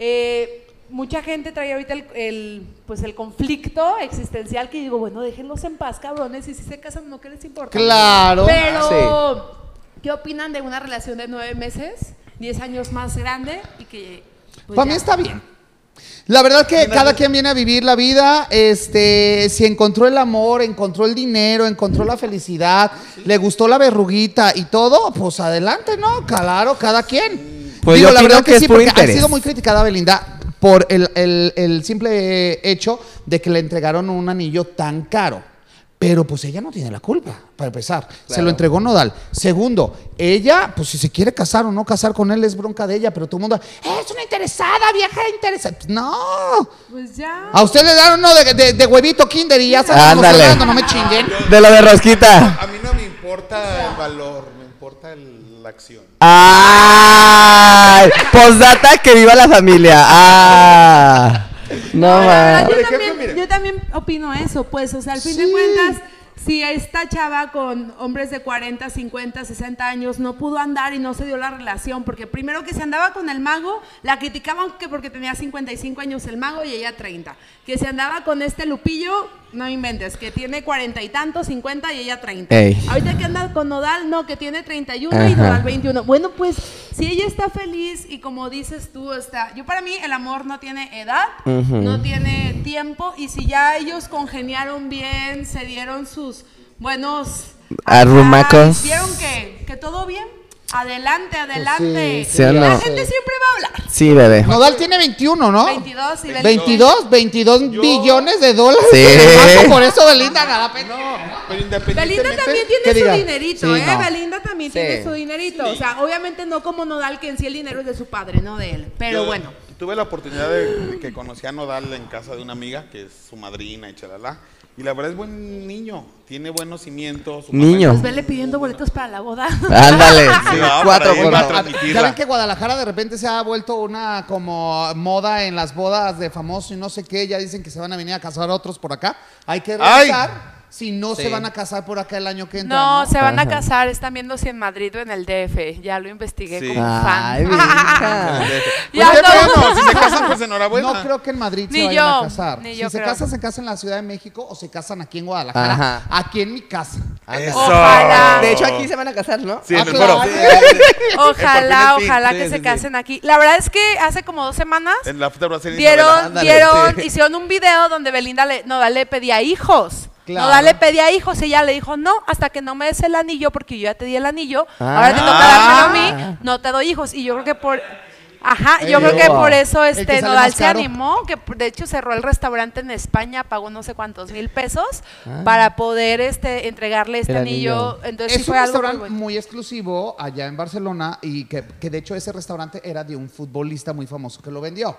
E: Eh, mucha gente trae ahorita el, el, pues el conflicto existencial que digo, bueno, déjenlos en paz, cabrones, y si se casan no que les importa.
F: Claro.
E: Pero, ¿qué opinan de una relación de nueve meses, diez años más grande y que... pues,
F: Para mí
E: ya?
F: está bien. La verdad que cada quien viene a vivir la vida, este, si encontró el amor, encontró el dinero, encontró la felicidad, le gustó la verruguita y todo, pues adelante, ¿no? Claro, cada quien.
C: Pues yo opino que es puro
F: porque ha
C: interés.
F: sido muy criticada Belinda por el, el- el simple hecho de que le entregaron un anillo tan caro. Pero pues ella no tiene la culpa, para empezar. Se lo entregó Nodal. Segundo, ella, pues si se quiere casar o no casar con él es bronca de ella, pero todo el mundo, es una interesada, vieja interesada. Pues, No,
E: Pues ya.
F: a usted le dan uno de, de- de huevito kinder y ya salen
C: Ándale.
F: emocionando, no me chinguen.
C: De lo de Rosquita.
B: A mí no me importa el valor, me importa el- la acción.
C: ¡Ay! Posdata, que viva la familia. ¡Ah! No,
E: No, la
C: ma.
E: verdad, yo,
B: Por ejemplo,
E: también,
B: mire.
E: yo también opino eso, pues, o sea, al fin de cuentas, si esta chava con hombres de 40, 50, 60 años no pudo andar y no se dio la relación, porque primero que se andaba con el mago, la criticaban que porque tenía 55 años el mago y ella 30, que se andaba con este lupillo, no inventes, que tiene 40 y tantos, 50 y ella 30.
C: Ey.
E: Ahorita que anda con Nodal, no, que tiene 31 y
C: Ajá.
E: Nodal 21. Bueno, pues si ella está feliz y como dices tú, está, yo para mí el amor no tiene edad, no tiene tiempo y si ya ellos congeniaron bien, se dieron sus buenos
C: Arrumacos.
E: atrás, vieron que, que todo bien, adelante, adelante.
C: Pues sí, ¿Sí o
E: La
C: no?
E: gente siempre va a hablar.
C: Sí, bebé.
F: Nodal tiene 21, ¿no?
E: 22 y
F: 22, 22 billones de dólares.
C: Sí.
F: Nomás Por eso Belinda nada pena.
B: Pero independientemente.
D: Belinda también
F: ¿Qué
D: tiene su
F: diga?
D: dinerito,
F: Sí,
D: ¿eh?
F: no.
D: Belinda también
C: Sí.
D: tiene su dinerito. O sea, obviamente no como Nodal, que en sí el dinero es de su padre, no de él. Pero
B: Yo
D: bueno.
B: Tuve la oportunidad de, de que conocí a Nodal en casa de una amiga que es su madrina y chalala. Y la verdad es buen niño, tiene buenos cimientos. su mamá
C: Niño.
B: es
D: Pues vele pidiendo boletos para la boda.
C: Ándale.
B: Sí, no,
C: Cuatro
B: para ir
C: por
B: va a
C: dos.
F: Ah,
B: transmitirla.
F: Ya ven que Guadalajara de repente se ha vuelto una como moda en las bodas de famoso y no sé qué. Ya dicen que se van a venir a casar otros por acá. Hay que
B: ¡Ay!
F: revisar si no
C: Sí.
F: se van a casar por acá el año que entra.
E: No, se van a
C: Ajá.
E: casar, están viendo si en Madrid o en el DF. Ya lo investigué
B: Sí.
E: como
C: Ay, mi
E: fan.
C: hija.
B: Pues
E: Ya
B: qué
E: no.
B: bueno, si se casan, pues enhorabuena.
F: No creo que en Madrid
E: Ni
F: se vayan
E: yo,
F: a casar.
E: ni
F: si
E: yo
F: se
E: creo.
F: casan, se casan en la Ciudad de México o se casan aquí en Guadalajara.
C: Ajá.
F: Aquí en mi casa.
C: Ándale.
E: Ojalá.
C: De hecho, aquí se van a casar, ¿no?
B: Sí,
F: Ah,
B: en el foro.
F: claro.
E: Ojalá,
B: Sí,
E: ojalá
C: sí,
E: que
C: sí,
E: se
C: sí.
E: casen aquí. La verdad es que hace como dos semanas
B: En la After Brasil.
E: Vieron,
C: Ándale,
E: vieron,
C: sí.
E: hicieron un video donde Belinda le, Nodal le pedía hijos.
F: Claro.
E: Nodal le pedía hijos y ella le dijo, no, hasta que no me des el anillo, porque yo ya te di el anillo,
C: Ah.
E: ahora te toca dármelo a mí, no te doy hijos. Y yo creo que por... Ajá, yo
F: El
E: creo
F: que-
E: que por eso
F: el que
E: este
F: sale
E: Nodal
F: más
E: se
F: caro.
E: animó, que por- de hecho cerró el restaurante en España, pagó no sé cuántos mil pesos para poder este entregarle este
C: El
E: anillo.
C: anillo.
E: Entonces sí
F: Es un
E: fue algo muy
F: restaurante
E: bueno.
F: muy exclusivo allá en Barcelona y que, que de hecho ese restaurante era de un futbolista muy famoso que lo vendió.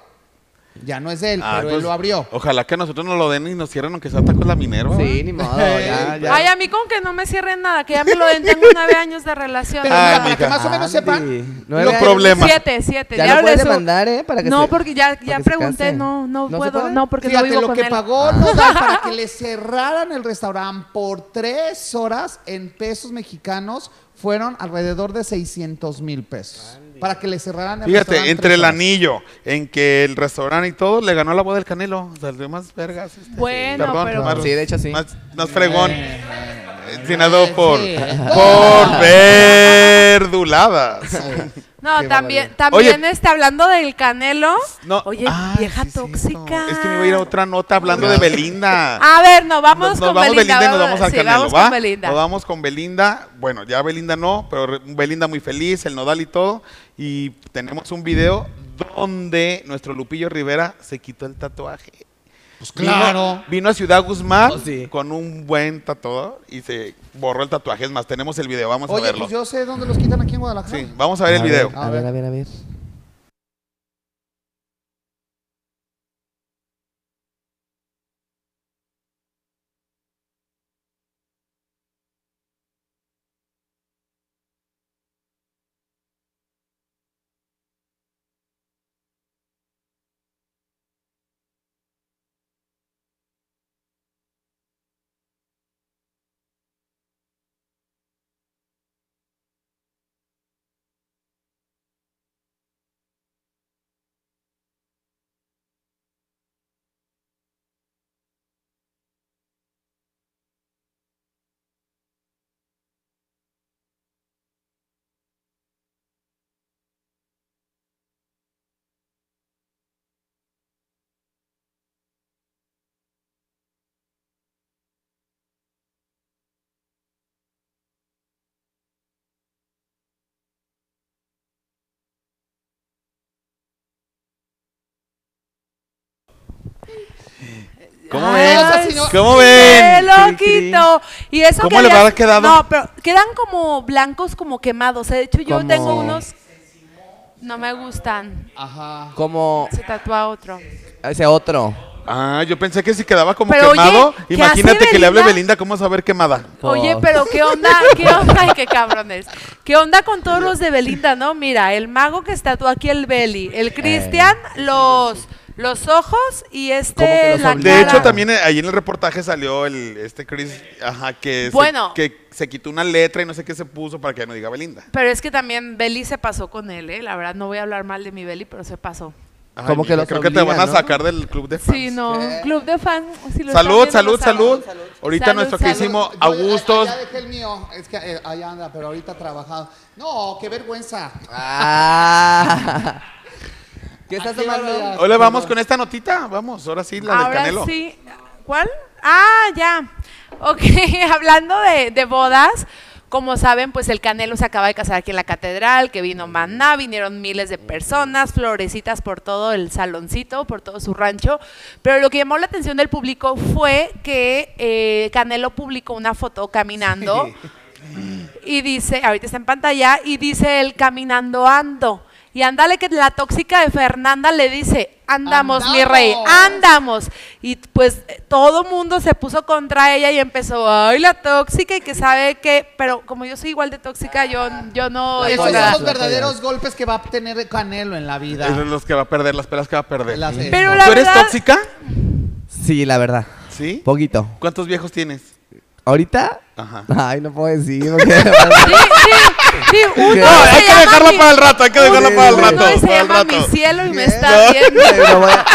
F: Ya no es de él,
B: Ah,
F: pero
B: pues,
F: él lo abrió.
B: Ojalá que a nosotros nos lo den y nos cierren aunque sea tacos la Minerva.
C: Sí, ni modo. Ya, ya.
E: Ay, a mí con que no me cierren nada, que ya me lo den, tengo nueve años de relación.
F: Pero
B: Ah,
E: nada.
F: mira, para que
B: mija.
F: más o menos sepan,
C: Andy,
B: Los
C: años.
B: problemas.
E: Siete, siete.
C: Ya
E: Ya
C: lo
E: le
C: puedes
E: su-
C: demandar, ¿eh? Para que
E: no,
C: se-
E: porque ya, ya
C: se
E: pregunté,
C: casen.
E: no, no,
C: se
E: puedo,
C: puede?
E: no, porque
F: fíjate
E: no vivo
F: lo
E: con
F: que
E: él.
F: pagó Nodal para que le cerraran el restaurante por tres horas en pesos mexicanos fueron alrededor de 600 mil pesos. Para que le cerraran el
B: Fíjate,
F: restaurante
B: entre
F: tres
B: el
F: horas.
B: anillo, en que el restaurante y todo, le ganó la boda del Canelo. O sea, el de más vergas. este,
E: Bueno, pero-
C: Sí, de hecho, sí. Eh,
B: Más, más fregón. Destinado
F: Sí.
B: por,
F: Sí.
B: por verduladas.
E: No,
F: Qué
E: también,
F: barbaridad.
E: también
B: Oye.
E: está hablando del canelo.
B: No.
E: Oye,
B: Ay,
E: vieja
B: sí es cierto.
E: tóxica.
B: Es que me voy a ir a otra nota hablando de Belinda.
E: A ver, no, vamos
B: Nos- nos
E: con
B: vamos
E: Belinda.
B: y nos vamos al
E: sí,
B: Canelo,
E: vamos
B: ¿va?
E: con Belinda.
B: Nos vamos con Belinda. Bueno, ya Belinda no, pero re- Belinda muy feliz, el nodal y todo. Y tenemos un video donde nuestro Lupillo Rivera se quitó el tatuaje.
F: Pues
B: Vino-
F: claro.
B: Vino, a Ciudad Guzmán
C: Oh, sí.
B: con un buen tatuador y se borró el tatuaje. Es más, tenemos el video, vamos a
F: Oye,
B: verlo.
F: pues yo sé dónde los quitan aquí en Guadalajara.
B: Sí, vamos a ver el video.
C: A ver, a ver, a ver.
B: ¿Cómo
E: Ay,
B: ven?
F: Ay, no.
B: ¿Cómo
E: ¡Qué
B: ven?
E: loquito! Y eso
B: ¿Cómo
E: que
B: le
E: había-
B: habrá quedado?
E: No, pero quedan como blancos, como quemados. De hecho, yo
C: Como-
E: tengo unos... No me gustan.
F: Ajá.
C: Como
E: Se tatúa otro.
C: ese otro.
B: Ah, yo pensé que si quedaba como
E: Pero, oye,
B: quemado.
E: ¿qué
B: Imagínate
E: hace
B: que le hable
E: Belinda?
B: Belinda, ¿cómo saber quemada?
E: Oye,
C: Pues.
E: pero qué onda, qué onda, ay, qué cabrones. ¿Qué onda con todos los de Belinda, no? Mira, el mago que estatuó aquí el Beli, el Cristian,
B: Eh,
E: los, los ojos y
C: Como que
E: este
C: los
E: la
C: obliga.
B: De
E: cara.
B: hecho, también eh, ahí en el reportaje salió el este Chris, ajá, que, se-
E: Bueno.
B: que se quitó una letra y no sé qué se puso para que ya no diga Belinda.
E: Pero es que también Beli se pasó con él, ¿eh? La verdad, no voy a hablar mal de mi Beli, pero se pasó.
B: Ay,
C: Como que
B: mija,
C: los
B: creo que te
C: obliga,
B: van a
C: ¿no?
B: sacar del club de fans.
E: Sí,
C: Pues
E: no, club de fans. si lo
B: Salud,
E: están viendo,
B: salud,
E: lo
B: salud,
E: saben.
B: Ahorita
E: Salud,
B: nuestro
E: salud.
B: querísimo
F: Yo-
B: Augustos.
F: Ya dejé el mío. Es que eh, ahí anda, pero ahorita trabajado. No, qué vergüenza.
C: Ah. ¿Qué estás
F: Aquí
C: tomando?
F: barbaridad.
B: Hola, vamos con esta notita. Vamos, ahora sí, la del
E: Ahora
B: Canelo.
E: sí. ¿Cuál? Ah, ya. Ok, hablando de, de bodas, Como saben, pues el Canelo se acaba de casar aquí en la catedral, que vino Maná, vinieron miles de personas, florecitas por todo el saloncito, por todo su rancho. Pero lo que llamó la atención del público fue que eh, Canelo publicó una foto caminando y dice, ahorita está en pantalla, y dice él caminando ando. Y ándale que la tóxica de Fernanda le dice, andamos, mi rey,
F: Andamos.
E: andamos. Y pues eh, todo mundo se puso contra ella y empezó, ay, la tóxica y que sabe que, pero como yo soy igual de tóxica, yo, yo no...
F: Esos
E: o
F: son
E: sea,
F: los verdaderos golpes que va a tener Canelo en la vida.
B: Es de los que va a perder, las pelas que va a perder.
F: Las- eh,
E: Pero
F: no.
E: la
B: ¿Tú eres
E: verdad-
B: tóxica?
C: Sí, la verdad.
B: ¿Sí?
C: Poquito.
B: ¿Cuántos viejos tienes?
C: ¿Ahorita?
B: Ajá.
C: Ay, no puedo decir. porque-
E: Sí, sí, sí, uno
C: No,
E: se
B: hay que
E: llama
B: dejarla
E: mi-
B: para el rato, hay que dejarla
E: uno
B: para el
C: sí,
B: rato.
E: se
B: para el
E: llama
B: rato.
E: mi cielo y me
C: ¿Qué?
E: está viendo.
C: No vaya-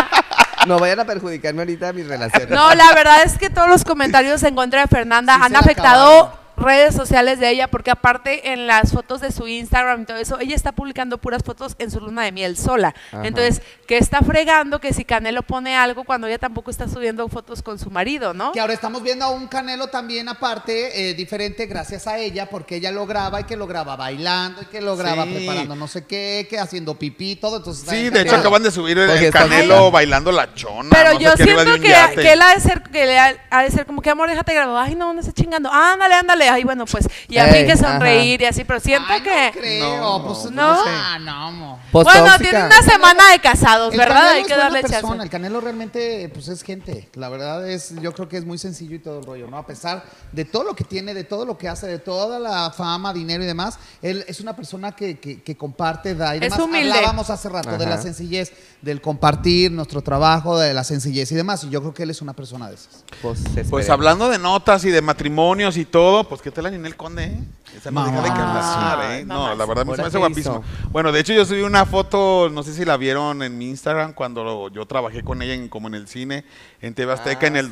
C: no vayan a perjudicarme ahorita mis relaciones.
E: No, la verdad es que todos los comentarios en contra de Fernanda
F: Sí, se
E: han
F: la
E: afectado
F: acabaron.
E: redes sociales de ella, porque aparte en las fotos de su Instagram y todo eso, ella está publicando puras fotos en su luna de miel sola.
C: Ajá.
E: Entonces, que está fregando que si Canelo pone algo cuando ella tampoco está subiendo fotos con su marido, ¿no?
F: Que ahora estamos viendo a un Canelo también aparte, eh, diferente gracias a ella, porque ella lo graba y que lo graba bailando y que lo graba
B: Sí.
F: preparando no sé qué, que haciendo pipí, todo. Entonces, está
B: Sí,
F: bien
B: de hecho
F: Canelo.
B: acaban de subir el,
C: Porque
B: el
C: está-
B: Canelo bailando la chona.
E: Pero
B: no sé
E: yo
B: qué, arriba de
E: siento
B: un
E: que,
B: yate.
E: que él ha de ser, que le ha, ha de ser como que amor, déjate grabar. Ay, no, no estés chingando. Ándale, ándale. Ay, bueno, pues, y a mí
C: Ey,
E: que
C: ajá.
E: sonreír y así, pero siento
F: Ay,
E: que.
F: No creo,
B: No,
F: pues no.
E: no.
F: Ah, no, mo.
C: Pues
E: bueno,
C: tóxica.
E: tiene una semana de casados,
F: El
E: Pues, ¿verdad?
F: Canelo
E: Hay
F: es
E: que
F: buena
E: darle
F: persona,
E: chance.
F: El Canelo realmente pues es gente. La verdad es, yo creo que es muy sencillo y todo el rollo, ¿no? A pesar de todo lo que tiene, de todo lo que hace, de toda la fama, dinero y demás, él es una persona que, que- que comparte, da y
E: Es
F: demás.
E: humilde.
F: Hablábamos hace rato de la
C: Ajá.
F: sencillez, del compartir nuestro trabajo, de la sencillez y demás. Y yo creo que él es una persona de esas.
C: Pues,
B: Pues
C: esperemos.
B: hablando de notas y de matrimonios y todo, pues qué tal la Ninel Conde, ¿eh? Esa no deja de
F: Mamá.
B: cantar,
E: Ay,
B: ¿eh?
E: mamá,
B: No, la verdad me
C: Ahora,
B: parece
C: ¿qué
B: guapísima. Bueno, de hecho yo subí una foto, no sé si la vieron en mi Instagram, cuando lo- yo trabajé con ella en- como en el cine, en TV Azteca en el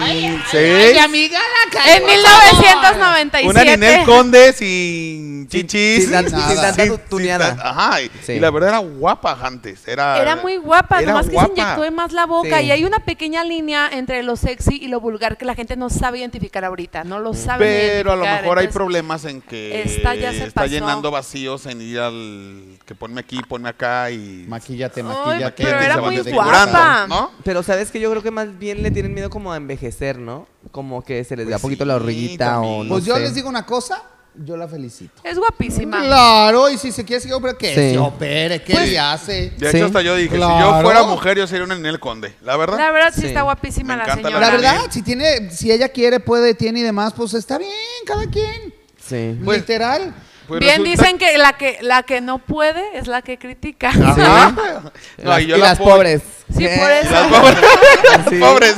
B: 2006.
F: amiga la
E: En 1997.
B: Una Ninel Conde sin chichis.
C: sin tan- sin tanta tuneada.
B: tan- Ajá, y,
C: Sí.
B: y la verdad era guapa antes. Era,
E: Era muy guapa,
B: era
E: nomás
B: guapa.
E: que se inyectó de más la boca.
C: Sí.
E: Y hay una pequeña línea entre lo sexy y lo vulgar que la gente no sabe identificar ahorita. No lo sabe.
B: Pero a lo
E: identificar,
B: mejor hay
E: entonces-
B: problemas en que
E: esta ya se
B: está
E: pasó.
B: llenando vacíos en ir al que ponme aquí, ponme acá y
F: Maquillate,
E: Ay,
F: maquillate.
E: pero
B: y
E: era
B: se van
E: muy
B: desfigurando,
E: guapa.
B: ¿no?
C: Pero sabes que yo creo que más bien le tienen miedo como a envejecer, ¿no? Como que se les da
B: Pues
C: poquito
B: sí,
C: la orillita o
B: también.
C: no
F: Pues yo
C: sé.
F: les digo una cosa, yo la felicito.
E: Es guapísima.
F: Claro, y si se quiere, seguir, pero que
C: Sí.
F: se opere, que
E: Pues,
F: le hace.
B: De
C: Sí.
B: hecho, hasta yo dije, si yo
F: Claro.
B: fuera mujer, yo sería una Ninel Conde, la verdad.
E: La verdad sí,
C: Sí.
E: está guapísima
B: Me
E: la
B: encanta la
E: señora.
F: La
B: Ahora
F: verdad,
B: bien.
F: si tiene, si ella quiere, puede, tiene y demás, pues está bien, cada quien.
C: Sí.
B: Pues-
F: Literal.
B: Pues
E: Bien
B: resulta-
E: dicen que la que la que no puede es la que critica.
B: Ajá. No,
C: Las-
B: y
C: y,
B: yo la
C: las
B: apoyo.
C: pobres.
E: Sí,
C: ¿Qué?
E: por eso.
B: Las pobres. Las
C: Sí.
B: pobres.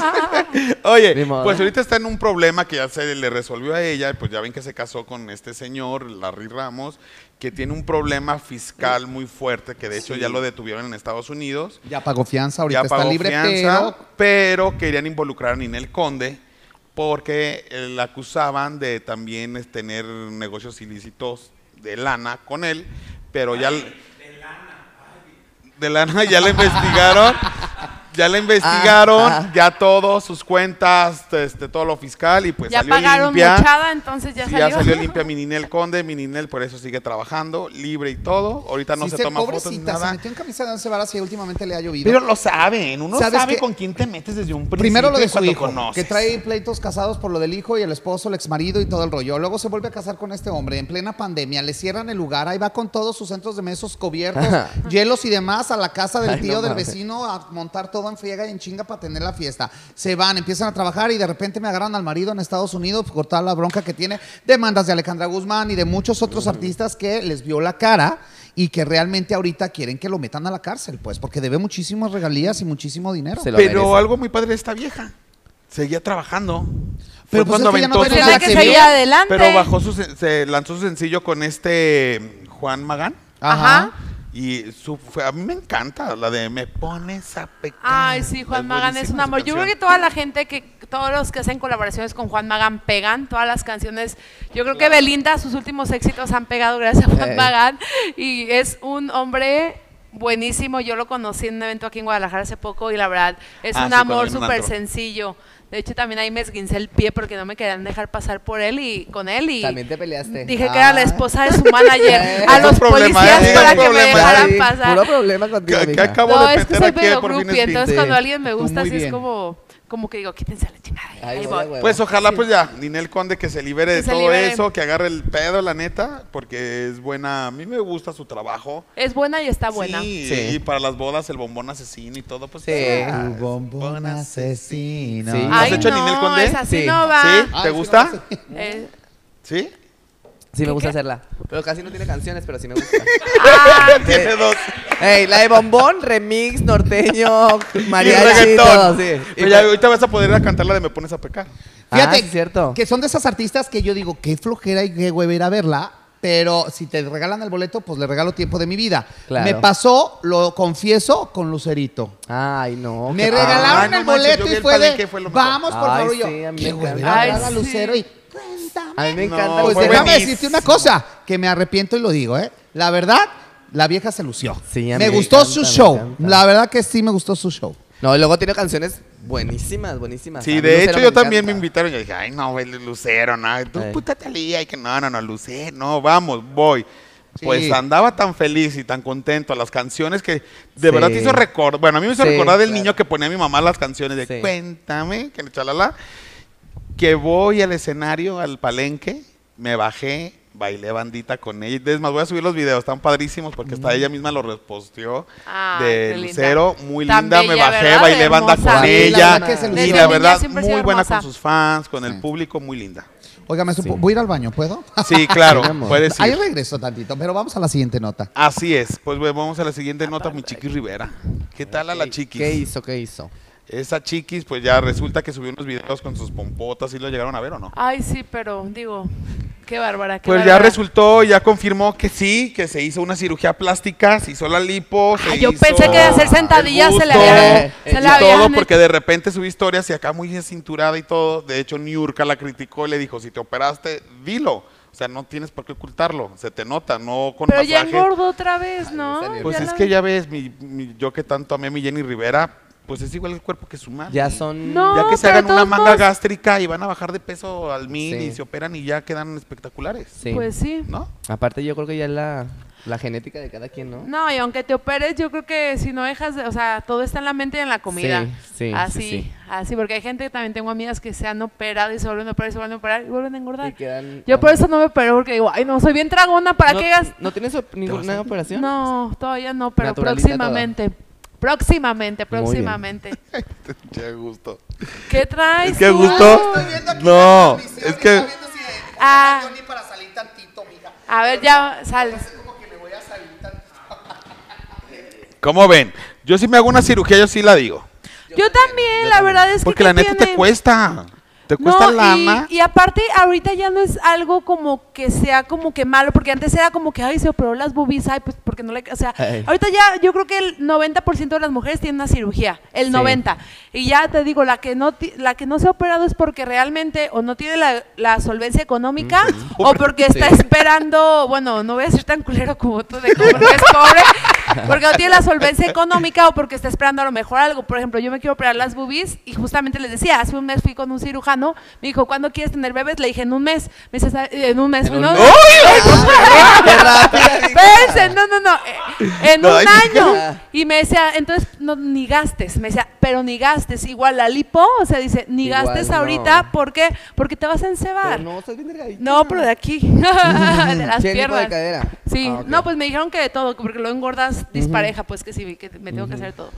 C: Ni
B: Oye,
C: modo.
B: pues ahorita está en un problema que ya se le resolvió a ella, pues ya ven que se casó con este señor, Larry Ramos, que tiene un problema fiscal muy fuerte, que de hecho ya lo detuvieron en Estados Unidos.
F: Ya pagó fianza,
B: ya
F: ahorita está
B: pagó
F: libre,
B: fianza,
F: pero.
B: pero... querían involucrar a Ninel Conde porque eh, la acusaban de también es, tener negocios ilícitos de lana con él, pero ya... l- de lana ya la investigaron. Ya la investigaron,
C: Ah, ah.
B: ya todos sus cuentas, este, todo lo fiscal y pues
E: ya
B: salió
E: pagaron
B: limpia.
E: muchada, entonces ya
B: Sí,
E: salió.
B: ya salió limpia mi Ninel Conde, mi Ninel por eso sigue trabajando, libre y todo. Ahorita no
F: sí,
B: se
F: se-
B: toma fotos ni
F: pobrecita, se
B: nada.
F: metió en camisa de once varas y últimamente le ha llovido.
B: Pero lo saben, uno
F: ¿Sabes
B: sabe
F: qué?
B: con quién te metes desde un principio.
F: Primero lo
B: y
F: de su
B: cuando
F: hijo,
B: conoces.
F: que trae pleitos casados por lo del hijo y el esposo, el exmarido y todo el rollo. Luego se vuelve a casar con este hombre en plena pandemia, le cierran el lugar, ahí va con todos sus centros de mesos cubiertos, hielos y demás a la casa del
C: Ay, no
F: tío, del
C: mames.
F: vecino, a montar todo en friega y en chinga para tener la fiesta. Se van, empiezan a trabajar y de repente me agarran al marido en Estados Unidos por toda la bronca que tiene, demandas de Alejandra Guzmán y de muchos otros artistas que les vio la cara. Y que realmente ahorita quieren que lo metan a la cárcel, pues, porque debe muchísimas regalías y muchísimo dinero.
C: Se lo
B: Pero
C: merece.
B: algo muy padre de esta vieja. Seguía trabajando.
F: Pero
B: Pero
F: pues
B: cuando
F: es que ya no
B: aventó
F: tiene
B: su-
E: Tiene
F: nada la
E: que
F: que
E: seguir
F: vio,
E: adelante.
B: Pero bajó su, sen- se lanzó su sencillo con este Juan Magán.
E: Ajá.
B: Y su, fue- a mí me encanta la de Me pones a pecar.
E: Ay, sí, Juan Magán es un
B: buenísima su
E: amor. Yo creo que
B: canción.
E: toda la gente que, todos los que hacen colaboraciones con Juan Magán pegan, todas las canciones. Yo creo que Belinda, sus últimos éxitos han pegado gracias a Juan
C: Ey.
E: Magán. Y es un hombre buenísimo. Yo lo conocí en un evento aquí en Guadalajara hace poco y la verdad es
B: Ah,
E: un
B: sí, cuando
E: amor
B: vino un
E: súper
B: antro.
E: sencillo. De hecho, también ahí me esguincé el pie porque no me querían dejar pasar por él y con él. Y
C: También te peleaste.
E: Dije que era la
C: Ah.
E: esposa de su manager. a
B: Es
E: los
B: un problema,
E: policías
B: ¿eh?
E: para
B: Es un
E: que me
B: problema.
E: dejaran
C: Sí,
E: pasar.
C: Puro problema contigo,
B: ¿Qué, qué
C: amiga.
B: acabo
E: No,
B: de
E: es que
B: meter
E: soy
B: aquí
E: medio
B: por
E: grupi,
B: fines
E: entonces
B: fin?
E: cuando alguien me
F: Tú
E: gusta,
F: muy
E: así es
F: bien.
E: como, como que digo, quítense a la chingada.
C: Ahí
E: ahí
C: voy,
E: voy.
C: güey.
B: Pues ojalá pues ya, Ninel Conde que se libere de
E: Que se
B: todo
E: libere.
B: eso, que agarre el pedo, la neta, porque es buena, a mí me gusta su trabajo.
E: Es buena y está Ah, buena.
B: Sí,
C: Sí.
B: y para las bodas el bombón asesino y todo, pues.
C: Sí.
B: ah,
F: Tu
B: es
F: bombón asesino.
C: Sí.
E: Ay,
B: hecho
E: no,
B: Ninel Conde?
E: esa sí
C: Sí.
E: no va.
B: ¿Sí?
F: Ay,
B: ¿Te
F: sí,
B: gusta?
F: no sé.
E: Eh,
B: ¿Sí?
C: Sí, me
E: ¿Qué,
C: gusta
E: qué?
C: hacerla. Pero casi no tiene canciones, pero sí me gusta.
B: Tiene dos.
C: Ey, la de bombón, remix, norteño,
B: y
C: mariachi,
B: reggaetón. Pues
C: todo, sí. Y
B: Oye, ahorita vas a poder ir a cantar la de Me Pones a Pecar.
C: Ah,
F: Fíjate,
C: sí, cierto.
F: que son de esas artistas que yo digo, qué flojera y qué hueva ir a verla, pero si te regalan el boleto, pues le regalo tiempo de mi vida.
C: Claro.
F: Me pasó, lo confieso, con Lucerito.
C: Ay, Ah, no.
F: Me
C: qué
F: regalaron
B: no manches,
F: el boleto
B: yo vi
F: y
B: el
F: fue de,
B: palenque, fue lo mejor.
F: vamos, por
C: Ay,
F: favor, y yo,
C: sí, a mí
F: qué
C: me
F: hueva ir
C: encanta.
F: a
E: Ay,
F: ver a
E: sí.
F: Lucero y
C: A
F: cuéntame.
C: mí me
B: No,
C: encanta.
F: Pues
B: fue
C: Lucero.
F: déjame
B: buenísimo.
F: decirte una cosa, que me arrepiento y lo digo, ¿eh? La verdad, la vieja se lució.
C: Sí, a mí
F: me
C: me
F: gustó su
C: encanta, me
F: show.
C: encanta.
F: La verdad que sí me gustó su show.
C: No, y luego tiene canciones buenísimas, buenísimas. A
B: Sí,
C: mí
B: de
C: Lucero
B: hecho yo
C: encanta.
B: también me invitaron. Yo dije, ay, no, güey, Lucero, no. Tú
C: Ey.
B: puta talía. Y que no, no, no, Lucero, no, vamos, voy.
F: Sí.
B: Pues andaba tan feliz y tan contento. Las canciones que de verdad te
C: Sí.
B: hizo recordar. Bueno, a mí me hizo
C: Sí,
B: recordar del
C: claro.
B: niño que ponía a mi mamá las canciones de
C: Sí.
B: Cuéntame, que chalala. Que voy al escenario, al palenque, me bajé, bailé bandita con ella. Es más, voy a subir los videos, están padrísimos porque hasta ella misma lo reposteó
E: Mm. Ay,
B: de
E: qué linda.
B: Lucero. Muy
E: Tan
B: linda, me
E: bella,
B: bajé,
E: ¿verdad?
B: bailé banda
E: Hermosa.
B: con
F: Sí, la
B: ella.
F: verdad que se
B: y la
F: lució. Desde
E: niña
B: verdad,
E: siempre ha sido
B: muy buena
E: hermosa.
B: con sus fans, con
F: Sí.
B: el público, muy linda.
F: Oiga, maestro,
C: Sí.
F: ¿voy a ir al baño? ¿Puedo?
B: Sí, claro,
C: Mi amor.
B: puedes
F: Ahí
B: ir.
F: regreso tantito, pero vamos a la siguiente nota.
B: Así es. Pues bueno, vamos a la siguiente nota, mi Chiquis Rivera. ¿Qué tal a la Chiquis?
C: ¿Qué hizo? ¿Qué hizo?
B: Esa Chiquis, pues ya resulta que subió unos videos con sus pompotas y lo llegaron a ver o no.
E: Ay, sí, pero digo, qué bárbara. Qué
B: Pues ya
E: bárbara.
B: resultó, ya confirmó que sí, que se hizo una cirugía plástica, se hizo la lipo, se
E: Ay, yo
B: hizo
E: pensé que de hacer sentadillas se le
B: busto,
E: había-
B: y
E: se le habían
B: todo
E: hecho.
B: porque de repente su historia y acá muy cinturada y todo. De hecho, Niurka la criticó y le dijo, si te operaste, dilo. O sea, no tienes por qué ocultarlo, se te nota, no con
E: Pero ya
B: masajes.
E: engordó otra vez, ¿no?
C: salió.
B: Pues
E: Ya
B: es
E: la-
B: que ya ves, mi, mi- yo que tanto amé a mi Jenny Rivera, pues es igual el cuerpo que su madre.
C: Ya son...
E: No.
B: Ya que se
E: pero
B: hagan
E: de
B: una
E: todos
B: manga
E: modos-
B: gástrica y van a bajar de peso al mil
C: Sí.
B: y se operan y ya quedan espectaculares,
C: Sí.
E: Pues sí.
B: ¿no?
C: Aparte yo creo que ya es la, la genética de cada quien, ¿no?
E: No, y aunque te operes, yo creo que si no dejas, de- o sea, todo está en la mente y en la comida.
C: Sí, sí,
E: Así,
C: sí, sí.
E: así, porque hay gente que también tengo amigas que se han operado y se vuelven a operar y se vuelven a operar y vuelven a engordar.
C: Y quedan-
E: Yo por eso no me opero porque digo, ay, no, soy bien tragona, ¿para
C: ¿No-
E: qué gastar?
C: ¿No tienes op- ninguna operación?
E: No, todavía no, pero
C: Naturalita
E: próximamente. Próximamente,
C: bien.
E: próximamente.
B: Qué gusto.
E: ¿Qué traes?
B: Qué
E: tú?
B: gusto. No, es que
E: Ah. yo
F: para salir tantito, mija.
E: A ver, ya sales.
B: ¿Cómo ven? Yo si me hago una cirugía, yo sí la digo.
E: Yo también, la verdad es que.
B: Porque
E: ¿qué
B: la neta te
E: tiene?
B: cuesta. Te
E: No,
B: cuesta
E: y-
B: lana.
E: Y, aparte, ahorita ya no es algo como que sea como que malo, porque antes era como que, ay, se operó las boobies, ay, pues porque no le. O sea,
C: Ey.
E: ahorita ya yo creo que el 90% de las mujeres tienen una cirugía, el
C: Sí.
E: 90%. Y ya te digo, la que no ti- la que no se ha operado es porque realmente o no tiene la, la solvencia económica
B: Mm.
E: o porque está
C: Sí.
E: esperando, bueno, no voy a ser tan culero como tú de como que es pobre, porque no tiene la solvencia económica o porque está esperando a lo mejor algo. Por ejemplo, yo me quiero operar las boobies y justamente les decía, hace un mes fui con un cirujano, me dijo, ¿cuándo quieres tener bebés? Le dije, en un mes. Me dice, "¿Sabe- en un mes.
C: En un
E: no,
C: mes.
E: no,
C: ¡Qué rápida, hija!
E: Espérense, no, no, no. eh, En un
B: Ay,
E: año.
C: hija.
E: Y me decía, entonces, no, ni gastes. Me decía, pero ni gastes. Igual la lipo, o sea, dice, ni
C: Igual,
E: gastes
C: no.
E: ahorita, ¿por qué? Porque te vas a encebar.
C: Pero no, estás bien delgadita.
E: No, pero de aquí, de las
C: Sí, el tipo
E: piernas.
C: de cadera.
E: Sí,
C: Ah, ok.
E: no, pues me dijeron que de todo, porque lo engordas dispareja, pues que sí, que me tengo que hacer todo.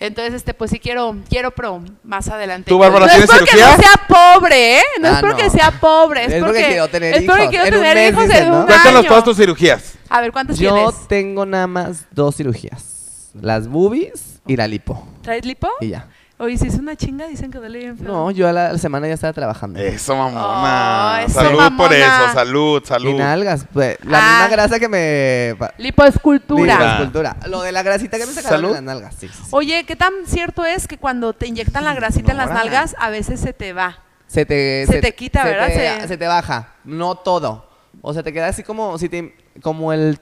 E: Entonces, este, pues sí quiero, quiero, pero más adelante.
B: ¿Tú, Bárbara,
E: no es
B: tienes
E: porque
B: cirugía?
E: no sea pobre, ¿eh? No es
C: Ah,
E: porque
C: no.
E: sea pobre, es,
C: Es porque quiero tener
E: es porque
C: hijos.
E: quiero
C: En un
E: tener
C: mes,
E: hijos
C: dicen,
E: en
C: ¿no?
E: un
B: Cuéntanos
E: año.
B: todas tus cirugías.
E: A ver, ¿cuántas
C: Yo
E: pues, tienes?
C: tengo nada más dos cirugías. Las boobies y la lipo.
E: ¿Traes lipo?
C: Y ya.
E: Oye, si es una chinga, dicen que duele bien feo.
C: No, yo a la semana ya estaba trabajando.
B: Eso, mamona.
E: Oh, eso,
B: salud por
E: mamona.
B: eso, salud,
C: Y
B: salud.
C: nalgas, pues, la
E: Ah.
C: misma grasa que me... pa-
E: Lipoescultura.
C: Lipo, escultura. Lo de la grasita que me sacaron
B: Salud.
C: de las nalgas, sí, sí, sí.
E: Oye, ¿qué tan cierto es que cuando te inyectan la grasita en las
C: Ahora.
E: nalgas, a veces se te va?
C: Se te,
E: Se te quita, ¿verdad?
C: Te,
E: Se-
C: se te baja, no todo. O sea, te queda así como si te, como el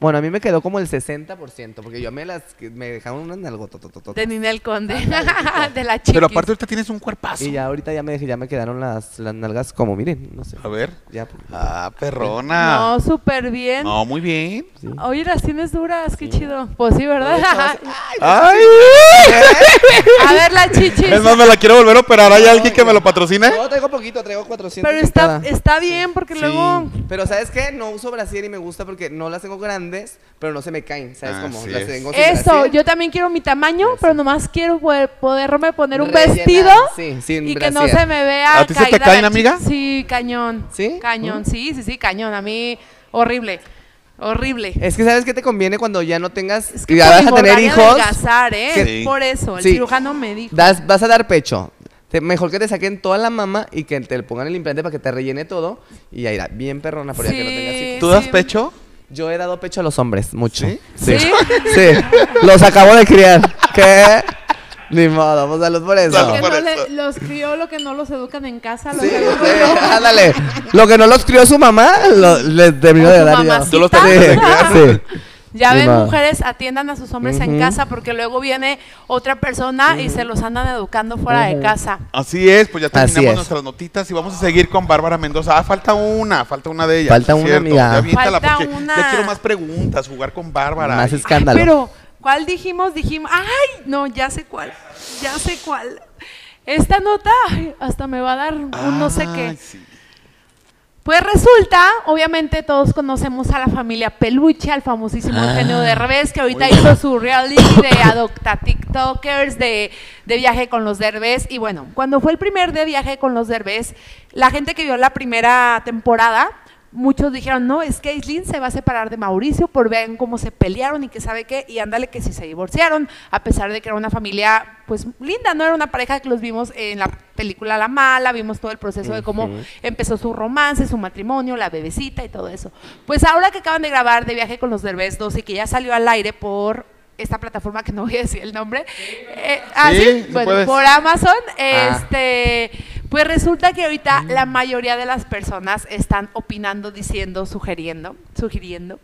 C: Bueno, a mí me quedó como el 60%, porque yo me las me dejaron unas nalgotototototas.
E: De Ninel
B: Ah,
E: Conde. de la chiquis.
B: Pero aparte ahorita tienes un cuerpazo.
C: Y ya ahorita ya me, ya me quedaron las, las nalgas como, miren, no sé.
B: A ver.
C: Ya, pues,
B: Ah, perrona.
E: No, súper bien.
B: No, muy bien.
E: Oye, las tienes duras, qué chido. Pues sí, ¿verdad?
B: Ay.
E: a ver, la chichis.
B: Es más, me la quiero volver a operar. ¿Hay alguien que me lo patrocine?
C: No, traigo poquito, traigo 400.
E: Pero está,
C: cada.
E: está bien, porque
B: Sí.
E: luego.
C: Pero ¿sabes qué? No uso brasier y me gusta porque no las tengo grandes, pero no se me caen, ¿sabes
B: Ah,
C: cómo?
B: así
C: Las
B: es.
C: tengo sin
E: Eso,
C: brasier.
E: yo también quiero mi tamaño, pero nomás quiero poder, poderme poner un
C: Rellenar,
E: vestido
C: sí, sin
E: y que no
C: brasier.
E: se me vea.
B: ¿A ti se te
E: caída
B: caen,
E: la chi-
B: amiga?
E: Sí, cañón.
C: ¿Sí?
E: Cañón, sí, sí, sí, cañón. A mí, horrible. Horrible.
C: Es que ¿sabes qué te conviene cuando ya no tengas...
E: Es que
C: ya
E: por
C: vas a
E: engordar
C: tener
E: y
C: hijos,
E: adelgazar, ¿eh?
C: que-
E: Es Por eso, el
C: Sí.
E: cirujano me dijo.
C: das- vas a dar pecho. Te- mejor que te saquen toda la mama y que te le pongan el implante para que te rellene todo y ya irá bien perrona, pero ya que no tengas
E: Sí.
C: hijos.
B: ¿Tú das pecho?
C: Yo he dado pecho a los hombres, mucho.
B: ¿Sí?
E: ¿Sí?
C: Sí. Sí. Los acabo de criar. ¿Qué? Ni modo, vamos a los por Ah, eso.
B: Salud
E: Que
B: por
E: no
B: eso.
E: le- los crió lo que no los educan en casa. Los
C: Sí,
E: educan-
C: sí, ándale. Lo que no los crió su mamá, lo, les terminó
E: ¿O
C: de
E: tu
C: dar yo.
E: mamacita? Yo
B: los terminé de criar.
C: sí, sí.
E: Ya
C: Sí,
E: ven,
C: va.
E: mujeres, atiendan a sus hombres en casa porque luego viene otra persona y se los andan educando fuera de casa.
B: Así es, pues ya
C: Así
B: terminamos
C: es.
B: nuestras notitas y vamos a seguir con Bárbara Mendoza. Ah, falta una, falta una de ellas.
C: Falta
B: por
C: una,
B: cierto.
C: amiga.
B: Ya aviéntala,
E: Falta
B: porque
E: una.
B: Ya quiero más preguntas, jugar con Bárbara.
C: Más
B: Y-
C: escándalo.
E: Pero, ¿cuál dijimos? Dijimos, ay, no, ya sé cuál, ya sé cuál. Esta nota ay, hasta me va a dar un no sé
B: Ay,
E: qué.
B: sí.
E: Pues resulta, obviamente todos conocemos a la familia Peluche, al famosísimo Eugenio Derbez, que ahorita hizo su reality de adopta TikTokers, de, de viaje con los Derbez. Y bueno, cuando fue el primer de viaje con los Derbez, la gente que vio la primera temporada, muchos dijeron, no, es que Aislinn se va a separar de Mauricio por vean cómo se pelearon y que sabe qué, y ándale que si se divorciaron, a pesar de que era una familia, pues linda, no era una pareja que los vimos en la película La Mala, vimos todo el proceso de cómo empezó su romance, su matrimonio, la bebecita y todo eso. Pues ahora que acaban de grabar De Viaje con los Derbez 2 y que ya salió al aire por esta plataforma que no voy a decir el nombre, eh, ah,
B: Sí,
E: sí,
B: sí
E: bueno,
B: puedes.
E: por Amazon,
C: Ah.
E: este, pues resulta que ahorita la mayoría de las personas están opinando, diciendo, sugiriendo, sugiriendo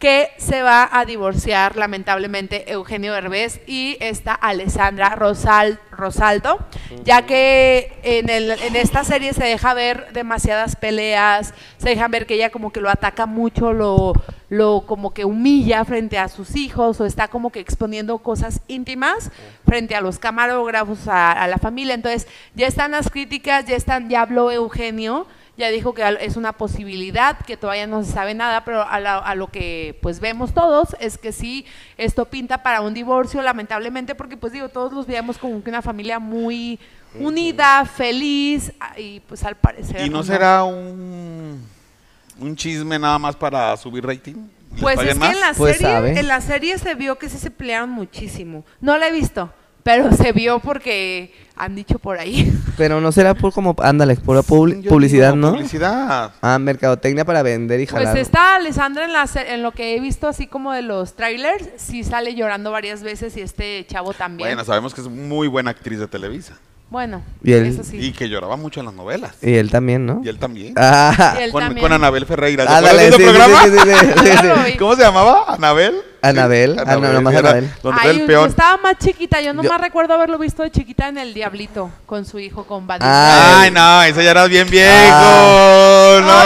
E: que se va a divorciar lamentablemente Eugenio Derbez y esta Alessandra Rosal, Rosaldo, ya que en, el- en esta serie se deja ver demasiadas peleas, se dejan ver que ella como que lo ataca mucho, lo, lo como que humilla frente a sus hijos o está como que exponiendo cosas íntimas frente a los camarógrafos, a, a la familia. Entonces, ya están las críticas, ya están, ya habló Eugenio, ya dijo que al- es una posibilidad, que todavía no se sabe nada, pero a, la- a lo que pues vemos todos es que sí, esto pinta para un divorcio, lamentablemente, porque pues digo, todos los veíamos como que una familia muy unida, feliz, a- y pues al parecer...
B: ¿Y no será un, un chisme nada más para subir rating? ¿Les
E: Pues
B: paguen
E: es que
B: más?
E: en la,
C: Pues
E: serie,
C: sabe.
E: en la serie se vio que sí se pelearon muchísimo. No la he visto, pero se vio porque han dicho por ahí.
C: Pero no será por como, ándale, pura publi-
B: Yo
C: publicidad,
B: digo,
C: ¿no?
B: Publicidad.
C: Ah, mercadotecnia para vender y
E: Pues
C: jalar.
E: está Alessandra en, la se- en lo que he visto así como de los trailers, sí sale llorando varias veces y este chavo también.
B: Bueno, sabemos que es muy buena actriz de Televisa
E: Bueno,
C: Y él-
E: eso sí.
B: y que lloraba mucho en las novelas.
C: Y él también, ¿no?
B: Y él también.
C: Ah,
E: Y él
B: con,
E: también.
B: con Anabel Ferreira. ¿Te acuerdas
C: ándale,
B: de ese
C: sí, sí,
B: programa?
C: sí, sí, sí, sí, sí.
E: Claro. sí.
B: ¿Cómo se llamaba? ¿Anabel?
C: Anabel, ah, no, nomás
B: sí, era
C: Anabel.
B: Donde
E: Ay,
B: fue el
E: yo
B: peón.
E: estaba más chiquita, yo nomás
C: Yo-
E: recuerdo haberlo visto de chiquita en El Diablito, con su hijo, con Badía.
C: Ah,
B: Ay, no, ese ya era bien viejo. No
E: Ah.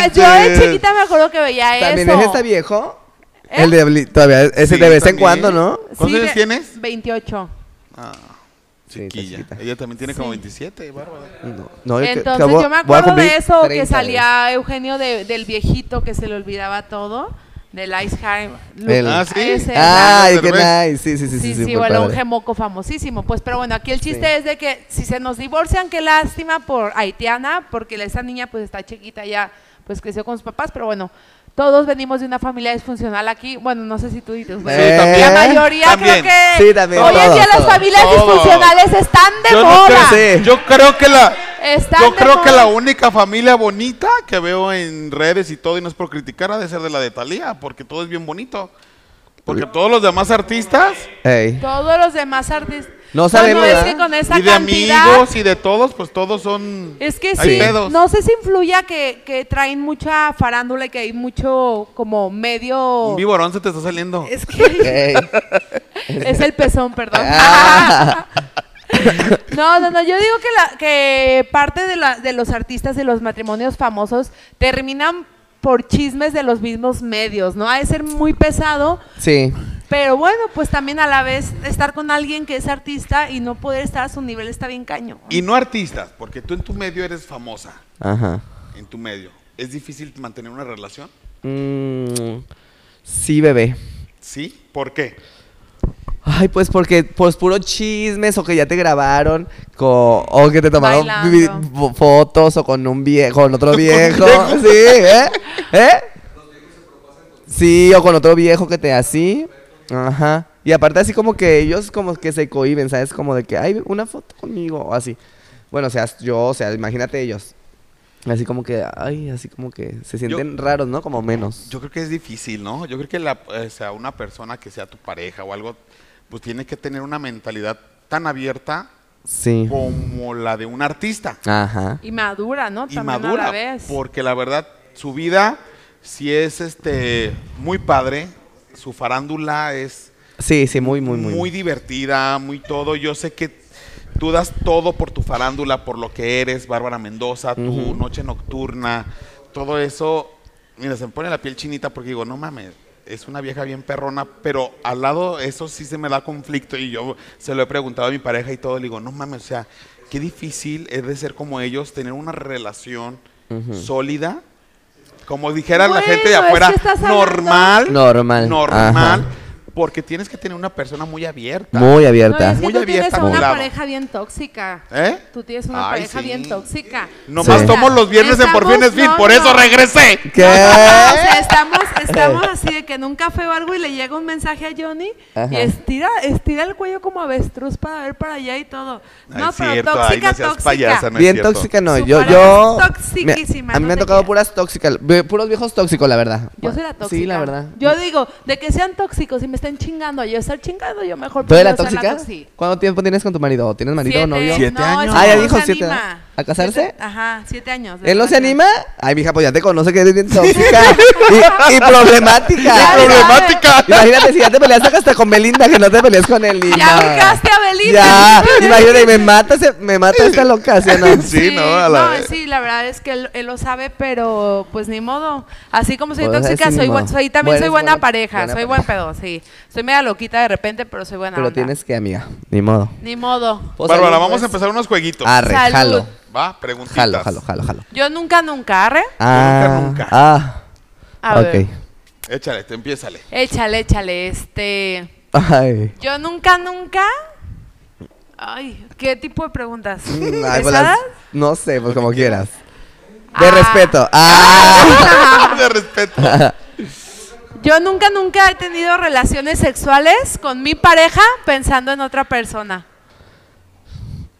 E: Oye, pues, yo de
B: manches.
E: chiquita me acuerdo que veía
C: ¿También
E: eso.
C: es este viejo?
E: ¿Eh?
C: El de Abli- todavía, ese
B: Sí,
C: de vez en
B: también.
C: cuando, ¿no?
B: ¿Cuántos
E: Sí,
B: años
E: ve-
B: tienes?
E: 28.
B: Ah,
C: Sí, está
B: chiquilla.
C: chiquita.
B: Ella también tiene como 27, bárbara.
C: No, no, que- que
E: Entonces
C: voy-
E: yo me
C: voy a
E: acuerdo de
C: cumplir
E: eso,
C: 30,
E: que salía Eugenio de- del viejito que se le olvidaba todo, del Iceheim.
C: El-
B: Ah, sí.
E: Ese,
B: Ah,
C: Ay,
B: Fernando
C: qué
B: Derbez.
C: nice. Sí, sí, sí, sí,
E: Sí,
C: sí,
E: sí,
C: muy
E: bueno, un
C: padre.
E: gemoco famosísimo. Pues, pero bueno, aquí el chiste es de que si se nos divorcian, qué lástima por Haitiana, porque la- esa niña pues está chiquita ya, pues creció con sus papás, pero bueno, todos venimos de una familia disfuncional aquí. Bueno, no sé si tú dices, bueno,
C: Sí,
E: la
C: también.
E: mayoría
B: También.
E: creo que
C: Eh, Sí, también,
E: hoy en
C: todos,
E: día las
C: todos.
E: familias
B: Todos.
E: disfuncionales están de
B: Yo no
E: moda.
C: creo- Sí.
B: Yo creo que la
E: Están
B: yo
E: de
B: creo que
E: moda.
B: la única familia bonita que veo en redes y todo y no es por criticar ha de ser de la de Talía, porque todo es bien bonito. Porque todos los demás artistas
C: Ey.
E: Todos los demás artistas.
C: No sabemos,
E: es
C: ¿verdad?
E: que con esa
B: y de
E: cantidad.
B: amigos y de todos, pues todos son.
E: Es que
B: hay
E: sí,
B: pedos.
E: no sé si influya que, que traen mucha farándula y que hay mucho como medio...
B: Un viborón se te está saliendo.
E: Es que
C: Ey.
E: es el pezón, perdón.
C: Ah.
E: No, no, no, yo digo que, la, que parte de, la- de los artistas de los matrimonios famosos terminan por chismes de los mismos medios, ¿no? Ha de ser muy pesado,
C: Sí.
E: pero bueno, pues también a la vez estar con alguien que es artista y no poder estar a su nivel está bien caño.
B: Y no artistas, porque tú en tu medio eres famosa.
C: Ajá.
B: En tu medio. ¿Es difícil mantener una relación?
C: Mm, sí, bebé.
B: Sí. ¿Por qué?
C: Ay, pues porque, pues puro chismes o que ya te grabaron co- o que te tomaron vi-
E: Bailando.
C: fo- fotos o con un viejo, con otro viejo,
B: viejo.
C: sí, ¿eh? ¿Eh? Sí, o con otro viejo que te así, ajá. Y aparte así como que ellos como que se cohiben, ¿sabes? Como de que, ay, una foto conmigo o así. Bueno, o sea, yo, o sea, imagínate ellos. Así como que, ay, así como que se sienten raros, ¿no? Como menos.
B: Yo creo que es difícil, ¿no? Yo creo que la, o sea, una persona que sea tu pareja o algo, pues tiene que tener una mentalidad tan abierta
C: Sí.
B: como la de un artista.
C: Ajá.
E: Y madura, ¿no?
B: y
E: También a
B: madura.
E: la vez.
B: Porque la verdad, su vida sí es este muy padre. Su farándula es
C: Sí, sí, muy, muy, muy.
B: muy divertida, muy todo. Yo sé que tú das todo por tu farándula, por lo que eres, Bárbara Mendoza, tu
C: Ujú.
B: noche nocturna, todo eso. Mira, se me pone la piel chinita porque digo, no mames, es una vieja bien perrona, pero al lado eso sí se me da conflicto y yo se lo he preguntado a mi pareja y todo, le digo, no mames, o sea, qué difícil es de ser como ellos, tener una relación sólida. Como dijera la gente de
E: Bueno, es
B: afuera,
E: que estás hablando-
B: normal.
C: Normal,
B: Normal.
C: ajá.
B: Porque tienes que tener una persona muy abierta.
C: Muy
E: No, y
C: abierta.
E: es que
B: Muy
E: tú
B: abierta
E: tienes a
B: como
E: una
B: lava.
E: pareja bien tóxica.
B: ¿Eh?
E: Tú tienes una
B: Ay,
E: pareja
B: sí.
E: bien tóxica.
B: Nomás
C: Sí.
B: tomo los viernes en Por Fines
E: Estamos-
B: Fit,
E: no,
B: por eso
E: no.
B: regresé.
C: ¿Qué?
E: O sea, estamos, estamos así de que en un café o algo y le llega un mensaje a Johnny
C: Ajá.
E: y estira, estira el cuello como avestruz para ver para allá y todo.
B: Ay,
E: No, pero
B: cierto, ay,
E: tóxica,
B: no seas
E: tóxica.
B: payasa, no es
C: Bien
B: cierto.
C: tóxica, no.
E: Su
C: Yo,
E: pareja
C: yo.
E: es toxiquísima,
C: me- a mí
E: no
C: me han
E: te
C: tocado
E: creas.
C: puras tóxicas. ve- Puros viejos tóxicos, la verdad.
E: Yo soy la tóxica.
C: Sí, la verdad.
E: Yo digo, de que sean tóxicos y me estén chingando, yo estar chingando, yo mejor
C: ¿Tú eres la
E: prefiero ser
C: tóxica?
E: tóxica.
C: ¿Cuánto tiempo tienes con tu marido? ¿O ¿Tienes marido o novio?
B: Siete
E: no,
B: años.
E: es que
C: Ah, ya
E: no
C: dijo
E: se
C: siete,
E: anima.
C: ¿a casarse?
E: Siete- ajá, siete años. de
C: ¿Él no se
E: relación.
C: anima? Ay, mija, pues ya te conoce que eres bien tóxica. y, y problemática.
E: Ya
C: Y
E: sabe.
B: Problemática.
C: Imagínate si ya te peleaste hasta con Belinda, que no te pelees con él. ni
E: Ya
C: nada.
E: ahorcaste a Belinda.
C: Ya. Imagínate, me mata, ese- me mata esta locación.
B: Sí, ¿no? A la vez.
E: sí, la verdad es que él, él lo sabe, pero pues ni modo. Así como soy
C: Pues,
E: tóxica,
C: así ni
E: soy, buen-
C: modo.
E: soy también
C: Bueno,
E: soy
C: es
E: buena,
C: buena-
E: pareja,
C: buena
E: soy buen pedo, sí. Soy media loquita de repente, pero soy buena
C: Pero
E: onda.
C: tienes que, amiga. Ni modo.
E: Ni modo.
C: Pues,
B: Bárbara,
C: salud,
B: vamos
C: pues.
B: a empezar unos jueguitos.
C: Arre,
E: Salud.
C: jalo.
B: Va, preguntitas.
C: Jalo, jalo, jalo, jalo.
E: Yo nunca, nunca, arre.
C: Ah,
B: nunca.
C: ah.
E: A
C: ok.
E: ver.
B: Échale, te empiézale.
E: Échale, échale, este...
C: Ay.
E: Yo nunca, nunca... Ay, ¿qué tipo de preguntas?
C: Ay, pues
E: ¿Pesadas?
C: las- no sé, pues como quieras. De
E: Ah.
C: respeto. Ah.
B: De respeto.
E: Yo nunca, nunca he tenido relaciones sexuales con mi pareja pensando en otra persona.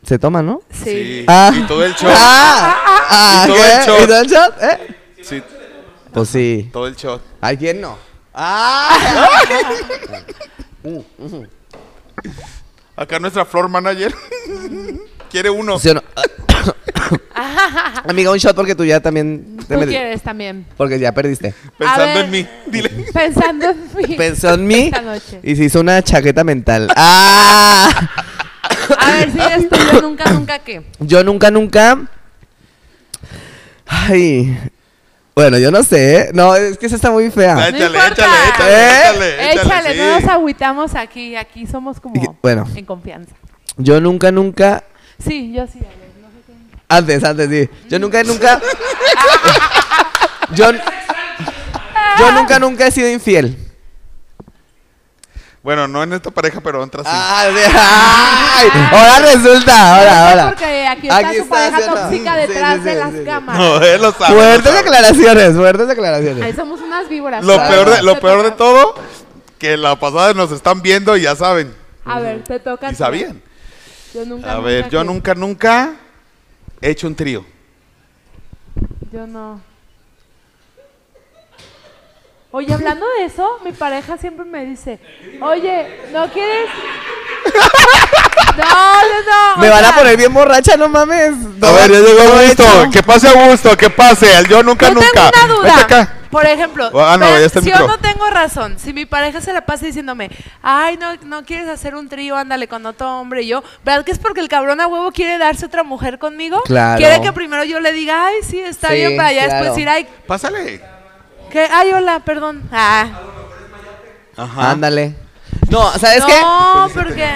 C: Se toma, ¿no?
E: Sí.
C: Ah.
B: Y todo el show.
C: Ah. Ah,
B: Y todo
C: ¿qué?
B: el shot.
C: ¿Y todo el shot? ¿Eh?
B: Sí,
C: Pues sí.
B: todo el show.
C: ¿Hay quién no? Ah.
B: Acá nuestra floor manager quiere uno.
C: ¿Sí o no? Amiga, un shot porque tú ya también te
E: Tú
C: metí-
E: quieres también.
C: Porque ya perdiste.
B: Pensando
E: ver.
B: en mí. Dile.
E: Pensando en mí.
C: Pensó en mí
E: Esta noche.
C: y se hizo una chaqueta mental. Ah.
E: A ver si es tuyo, nunca, nunca qué.
C: Yo nunca, nunca. Ay. Bueno, yo no sé. ¿eh? No, es que esa está muy fea.
E: No
B: Échale,
E: importa.
B: échale, échale,
C: Eh.
B: échale,
E: Échale,
B: échale,
E: no
B: sí.
E: nos agüitamos aquí. Aquí somos
C: Y-
E: como
C: bueno.
E: en confianza.
C: Yo nunca, nunca.
E: Sí, yo sí. a ver, no sé qué-
C: Antes, antes, sí. Yo nunca, nunca. yo, yo nunca, nunca he sido infiel.
B: Bueno, no en esta pareja, pero en otra sí.
C: Ah, sí. Ay, ahora resulta. Ahora, ahora.
E: Porque aquí está su pareja
C: ¿sí o no?
E: tóxica
C: Sí,
E: detrás
C: sí,
E: de
C: sí,
E: las
C: sí, sí.
E: cámaras.
B: No, él lo sabe. lo
C: Fuertes
B: sabe.
C: declaraciones, fuertes
E: Ay,
C: declaraciones.
E: somos unas víboras.
B: Lo
E: A ver,
B: peor, de,
E: te
B: lo peor de
E: toca.
B: todo, que la pasada nos están viendo y ya saben.
E: A ver, te toca.
B: Y
E: tú.
B: sabían.
E: Yo nunca,
B: A ver, yo
E: qué.
B: nunca, nunca he hecho un trío.
E: Yo no. Oye, hablando de eso, mi pareja siempre me dice, oye, ¿no quieres? No, no, no.
C: Me
E: o
C: van a
E: sea,
C: poner bien borracha, no mames. No,
B: A ver, ya llegó
C: no,
B: Augusto.
C: no.
B: Que pase Augusto, que pase. Al yo nunca,
E: Yo
B: nunca.
E: tengo una duda.
B: Vete acá.
E: Por ejemplo,
B: Ah, no,
E: vean,
B: ya está el
E: si yo
B: micro.
E: no tengo razón, si mi pareja se la pasa diciéndome, ay, no, no quieres hacer un trío, ándale con otro hombre, y yo, ¿verdad que es porque el cabrón a huevo quiere darse otra mujer conmigo?
C: Claro.
E: Quiere que primero yo le diga, ay, sí, está
C: Sí,
E: bien, para ya
C: claro.
E: después ir, ay,
H: Pásale.
E: que, ay, hola, perdón. Ah,
H: Ajá.
C: Ándale. No, ¿sabes qué?
E: no,
C: Pues,
E: porque...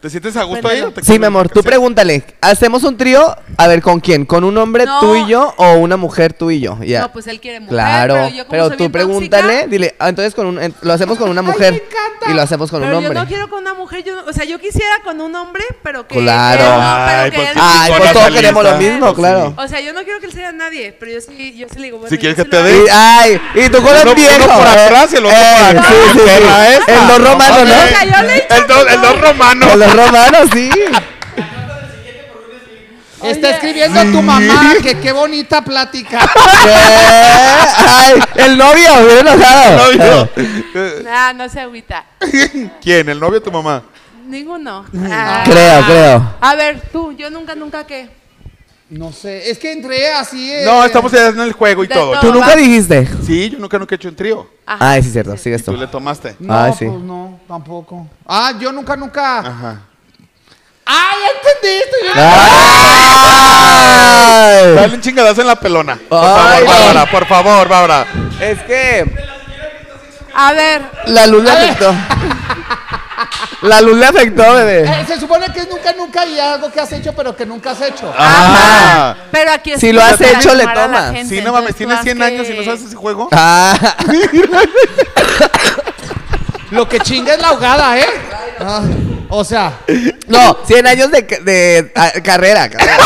H: ¿Te sientes a gusto ahí? o te
C: Sí,
H: quieres
C: mi amor, tú
H: casar?
C: pregúntale. ¿Hacemos un trío? A ver, ¿con quién? ¿Con un hombre
E: No.
C: tú y yo o una mujer tú y yo? Ya.
I: No, pues él quiere mujer,
C: Claro,
I: pero yo como soy
C: tú
I: bien
C: pregúntale,
I: tóxica-
C: dile, ah, entonces con un, en- lo hacemos con una mujer y lo hacemos con
E: Pero
C: un
E: yo
C: hombre.
E: no quiero con una mujer, yo, no- o sea, yo quisiera con un hombre, pero que...
C: Claro.
E: pero no, pero
B: Ay,
E: que
B: pues
E: él-
B: sí,
C: Ay,
B: con
C: pues
B: la
C: todos
B: salida.
C: queremos lo mismo,
B: Pues sí.
C: claro.
E: O sea, yo no quiero que él sea nadie, pero yo sí, yo sí le digo, bueno,
B: Si
E: yo
B: quieres
E: sí
B: que te
E: lo hago.
B: dé.
C: Y- ay, y tú con el
B: Uno-
C: viejo.
B: uno por
C: eh.
B: atrás y el otro
C: Eh,
B: por acá.
C: Sí, sí,
B: Perra
C: sí.
B: esta.
C: El dos romano,
B: No,
E: O sea,
C: ¿no?
E: yo le echo
B: El dos, el dos romano.
C: El dos romano, sí.
F: Está escribiendo tu mamá que qué bonita plática.
C: ¿Qué? Ay, el novio, bien enojado.
B: Novio.
E: Ah, no se agüita.
B: ¿Quién? ¿El novio o tu mamá?
E: Ninguno. Ah.
C: Creo, creo.
E: A ver, tú, yo nunca, nunca qué.
F: No sé, es que entré así. eh.
B: No, estamos ya en el juego y
E: De
B: todo.
E: todo.
C: Tú nunca
E: va.
C: dijiste.
B: Sí, yo nunca, nunca he hecho un trío.
E: Ajá.
C: Ay, sí, cierto, sigue
B: Tú
C: esto.
B: le tomaste.
F: No,
C: Ay, sí.
F: pues no, tampoco. Ah, yo nunca, nunca.
B: Ajá.
F: Ah, ya entendí esto. ya-
B: Ah.
C: Ay.
B: Dale un chingadazo en la pelona. Por
C: Ay,
B: favor,
C: no.
B: Bárbara, por favor, Bárbara.
C: Es que
E: A ver,
C: la luz
B: Ah.
C: le afectó. La luz le afectó, bebé.
F: Eh, se supone que es nunca, nunca y algo que has hecho, pero que nunca has hecho.
B: Ah.
E: pero aquí
C: Si lo
E: escribes
C: has
E: para
C: hecho, le
E: animar a la
C: tomas.
E: gente,
B: Sí, no mames,
E: entonces tú
B: tienes
E: haz
B: 100
E: que-
B: años y no sabes ese juego.
C: Ah,
F: Lo que chinga es la ahogada, ¿eh? Ah, o sea,
C: no, 100 años de, ca- de ah, carrera. carrera.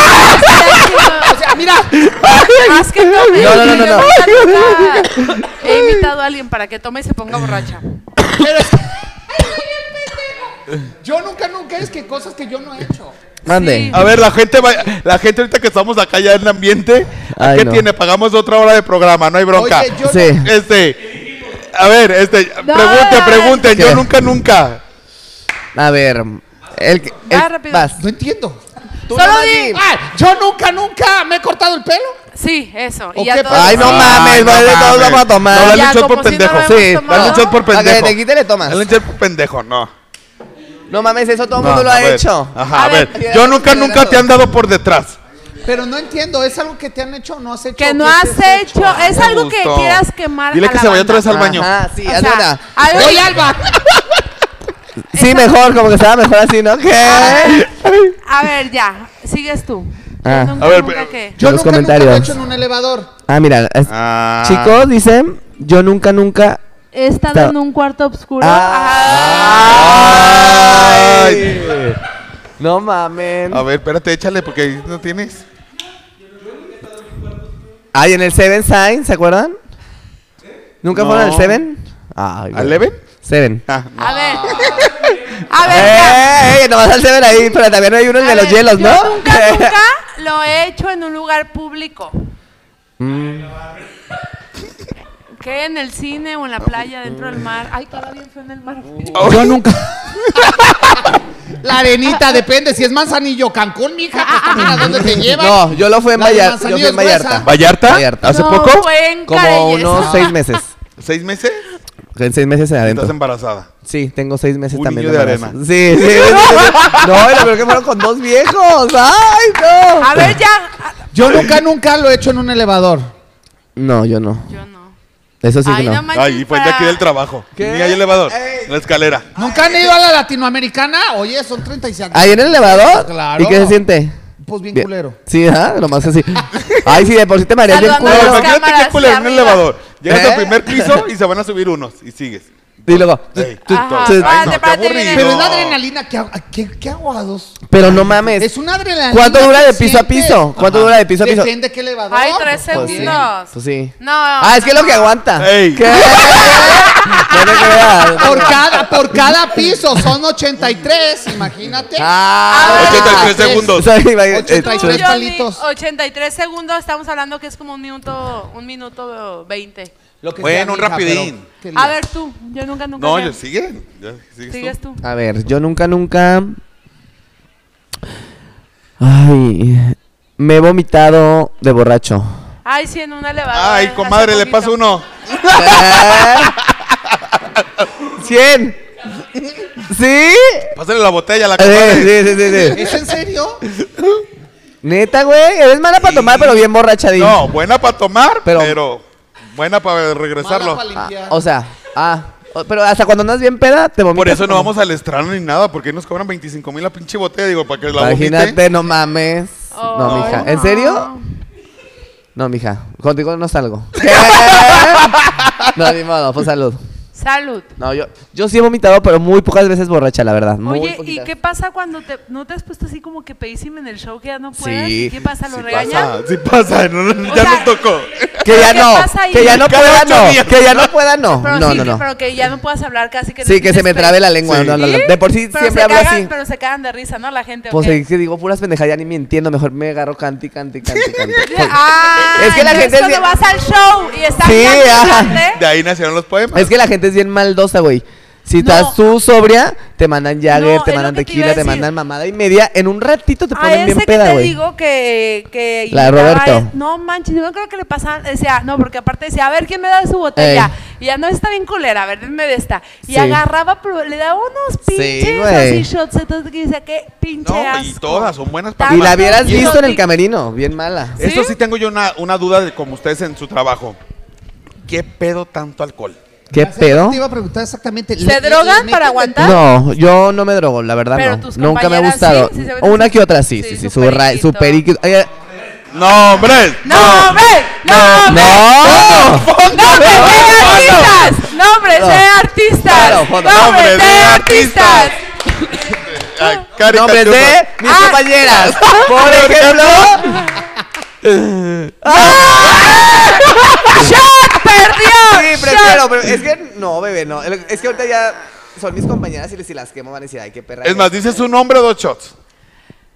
F: o sea, mira,
E: Haz que tome.
C: No, no, no, no, no.
E: Yo nunca, nunca He invitado a alguien para que tome y se ponga borracha.
F: pero es- Yo nunca, nunca es que cosas que yo no he hecho.
C: Mande.
B: A ver, la gente, va- la gente ahorita que estamos acá ya en el ambiente, ¿a
C: Ay,
B: ¿qué
C: no.
B: tiene? Pagamos otra hora de programa, no hay bronca.
F: Oye, yo
C: Sí.
B: Este, a ver, este,
E: No,
B: pregunten,
E: no,
B: pregunten,
C: ¿Qué?
B: yo nunca, nunca.
C: A ver. El, que- el-
E: Va, Ah, rápido.
C: Vas.
F: no entiendo.
C: Tú
E: Solo
C: nomás
E: di-
F: Ah, yo nunca, nunca me he cortado el pelo.
E: Sí, eso.
F: ¿O
E: Y ya
F: qué
E: todo.
C: Ay, no
B: Ay,
C: mames,
B: no
C: vale, todos
B: mames.
C: vamos a tomar.
B: No, dale
E: Ya,
B: un shot
E: como
B: por
E: si no lo
B: pendejo.
E: hemos
C: Sí,
E: tomado.
B: Dale un shot por
C: Para que
B: pendejo.
C: te quite, le tomas.
B: Dale un shot por pendejo, no.
C: No mames, eso todo el
B: No,
C: mundo lo
B: a
C: ha
B: ver.
C: hecho.
B: Ajá,
E: A
B: a
E: ver,
B: ver. Yo nunca, nunca te han dado por detrás.
F: Pero no entiendo, ¿es algo que te han hecho o no has hecho?
E: Que no
F: ¿Qué
E: has hecho. Es
B: Me
E: algo que
B: gustó.
E: quieras quemar.
B: Dile
E: a
B: que
E: la
B: se vaya
E: banda.
B: otra vez al baño.
C: Ajá, sí,
E: O
C: haz
E: sea,
C: una.
E: algo-
F: ¡Voy, Alba!
C: Sí, mejor, como que estaba mejor así, ¿no? ¿Qué?
E: Ah. A ver, ya. Sigues tú. Yo
C: Ah.
E: nunca,
B: A ver,
E: nunca
B: pero-
E: qué.
F: Yo
C: Los
F: nunca, nunca
C: comentarios.
F: lo he hecho en un elevador.
C: Ah, mira. es-
B: Ah.
C: Chicos, dicen, yo nunca, nunca.
E: He estado
C: Está-
E: en un cuarto oscuro.
C: Ah. Ay. No mames.
B: A ver, espérate, échale, porque ahí no tienes.
C: Ay, en el Seven Sign, ¿se acuerdan? ¿Nunca
B: No.
C: fueron al Seven? Ay, güey.
B: ¿Al Eleven?
C: Seven.
B: Ah,
E: A ver. A ver, ya.
C: ¡Ey! Nomás al Seven ahí, pero también hay uno el
E: A
C: de Eh, los
E: ver,
C: hielos,
E: yo
C: ¿no?
E: Nunca, nunca lo he hecho en un lugar público.
C: Mm.
E: ¿Qué? ¿En el cine o en la playa, dentro del mar? Ay, cada bien fue en el mar.
F: Yo nunca. La arenita, depende. Si es Manzanillo, Cancún, mija, pues también a dónde te llevan.
C: No, yo lo fui en,
F: La de
C: Vallar-
F: Manzanillo
C: yo fui en
F: es
C: Vallarta.
F: gruesa.
B: ¿Vallarta?
C: Vallarta.
B: ¿Hace
E: No,
B: poco?
E: fue en
C: Como
E: Carayes.
C: unos seis meses.
B: ¿Seis meses?
C: En seis meses adentro.
B: Estás embarazada.
C: Sí, tengo seis meses
B: Un
C: también.
B: niño de
C: embarazo.
B: arena.
C: Sí, sí. sí, sí. No, y lo peor que fueron con dos viejos. ¡Ay, no!
E: A ver, ya.
F: Yo nunca, nunca lo he hecho en un elevador.
C: No, yo no.
E: Yo no.
C: Eso sí
E: Ay,
C: que no.
E: no manches,
B: Ay, y fue el de aquí
E: para-
B: del trabajo.
C: ¿Qué?
B: Ni hay elevador.
C: Ey.
B: La escalera.
F: ¿Nunca han ido a la latinoamericana? Oye, son 36 años.
C: ¿Ahí en el elevador?
F: Claro.
C: ¿Y qué se siente?
F: Pues bien
C: Bien.
F: culero.
C: Sí, ajá, nomás así. Ay, sí, de por sí te mareas bien
E: Saludando
B: No,
E: Las
C: culero.
E: cámaras
B: imagínate qué culero en un
E: arriba.
B: elevador. Llegas
C: ¿Eh?
B: al primer piso y se van a subir unos y sigues.
C: Y luego.
B: Ey,
C: tú-
E: Ajá.
C: tú-
E: Ay,
B: no, qué
E: párate,
B: aburrido.
E: viene.
F: Pero es
B: No.
F: la adrenalina que, a- que, que aguados.
C: Pero no mames.
F: Es una adrenalina.
C: ¿Cuánto dura
F: que
C: de piso a
F: sientes.
C: piso? ¿Cuánto
F: Ajá.
C: dura de piso a piso?
F: Depende qué elevador.
E: Ay, tres
F: Pues,
E: segundos.
C: Pues sí.
E: No.
C: Ah, es que es lo que aguanta.
B: Ey.
C: ¿Qué? No te creas.
F: Por cada, por cada piso son 83, imagínate.
C: Ah,
B: 83 segundos.
C: Soy- eh,
F: 83
C: soy-
F: Tres palitos.
E: 83 segundos, estamos hablando que es como un minuto, un minuto 20.
F: Lo que
B: Bueno,
F: sea,
B: un
F: mija,
B: rapidín.
F: pero qué
E: A
F: lindo.
E: ver tú, yo nunca, nunca.
B: No,
E: sé.
B: ya sigue. ya, sigues
E: Sigues
B: tú.
E: tú.
C: A ver, yo nunca, nunca. Ay. Me he vomitado de borracho.
E: Ay, sí, en una elevadora.
B: Ay,
E: hace
B: comadre, le
E: poquito.
B: paso uno.
C: 100. ¿Sí?
B: Pásale la botella a la
C: Eh, Sí,
B: comadre.
C: sí, sí, sí.
F: ¿Es en serio?
C: Neta, güey. Eres mala para tomar, pero bien borrachadín.
B: No, buena para tomar,
C: Pero-
B: pero, buena para regresarlo.
F: Mala pa'
C: Ah,
F: limpiar.
C: o sea, ah. o- Pero hasta cuando andas bien peda, te vomitas.
B: Por eso no
C: como-
B: vamos al estrano ni nada, porque ahí nos cobran 25 mil la pinche botella, digo, para que la vomite.
C: Imagínate, no mames. no,
E: Ay,
C: mija. ¿En
E: no.
C: serio? No, mija. Contigo no salgo. no, ni modo, pues salud.
E: Salud.
C: No, yo, yo sí he vomitado, pero muy pocas veces borracha, la verdad. Muy
E: Oye, ¿y
C: poquitas.
E: qué pasa cuando te, no te has puesto así como que pedísima en el show que ya no
C: Sí,
E: puedes? ¿Y ¿Qué pasa? ¿Lo
B: Sí
E: regañan?
B: pasa, sí pasa, no, no,
E: O
B: ya
E: sea, ¿eh?
B: nos tocó.
C: Que ya
E: ¿Qué
C: no,
E: pasa ahí?
C: que ya no
B: Cada
C: pueda,
B: ocho días.
C: no. Que ya no pueda, no.
E: Pero
C: No,
E: sí,
C: no, no.
E: Pero que ya no puedas hablar casi que... no
C: Sí, que se
E: tienes
C: me
E: pe-
C: trabe la lengua. no, no, no. De por sí
E: Pero
C: siempre
E: se
C: hablo
E: cagan-
C: así.
E: Pero se cagan de risa, ¿no? La gente. ¿o
C: Pues
E: qué?
C: es que digo puras pendejadas, ya ni me entiendo. Mejor me agarro canti, canti, canti, canti.
E: Ah,
C: pues Es que la
E: entonces
C: gente es
E: cuando
C: bien-
E: vas al show y estás ¿eh?
C: Sí, ajá.
B: De ahí nacieron los poemas.
C: Es que la gente es bien maldosa, güey. Si estás tú sobria, te mandan Jagger,
E: No,
C: te
E: es lo
C: mandan
E: que te iba a
C: tequila, te
E: decir.
C: mandan mamada y media. En un ratito te
E: a
C: ponen
E: ese
C: bien
E: que
C: peda,
E: te
C: güey.
E: digo que, que
C: La de
E: invitaba
C: Roberto.
E: es- no manches, yo creo que le pasaban, decía, no, porque aparte decía, a ver quién me da su botella. Y ya no está bien culera, a ver, denme de esta. Y
C: Sí.
E: agarraba, pro- le daba unos
C: Sí,
E: pinches
C: güey.
E: así shots, entonces que decía, qué pinche
B: No, y
E: asco.
B: todas son buenas
E: Tan
B: para
C: Y
E: Además,
C: la hubieras
E: y eso
C: visto en el
E: sí-
C: camerino, bien mala.
E: ¿Sí?
B: Eso sí tengo yo una, una duda de como ustedes en su trabajo. ¿Qué pedo tanto alcohol?
C: ¿Qué
F: Hace
C: pedo?
F: rato Te iba a preguntar exactamente.
E: ¿Se
F: ¿le- le-
E: drogan
F: le
E: para
F: meten
E: aguantar?
C: No, yo no me drogo, la verdad
E: Pero
C: no.
E: tus
C: Nunca me ha
E: compañeras
C: gustado.
E: sí, sí se ven
C: Una
E: así.
C: que otra, sí, sí,
E: Sí,
C: sí.
E: su
C: Su ra-
E: periquito.
C: su periquito. Oye,
B: No, hombre.
E: No, hombre, no, hombre,
C: ¡No!
E: no, hombre, sé artistas, no, hombre, sé artistas,
C: No. Claro, foto.
E: no, hombre,
B: Nombre
E: sé
B: de
E: artistas.
B: artistas. Ah,
C: Nombres
B: caricatura.
C: de mis
E: Ah.
C: compañeras. Por ejemplo.
E: ¡Ah! ¡Shot perdió!
C: Sí, prefiero, pero es que no, bebé, no. El- Es que ahorita ya son mis compañeras y si las quemo van a decir, ay, qué perra.
B: Es más, dices un nombre o dos shots.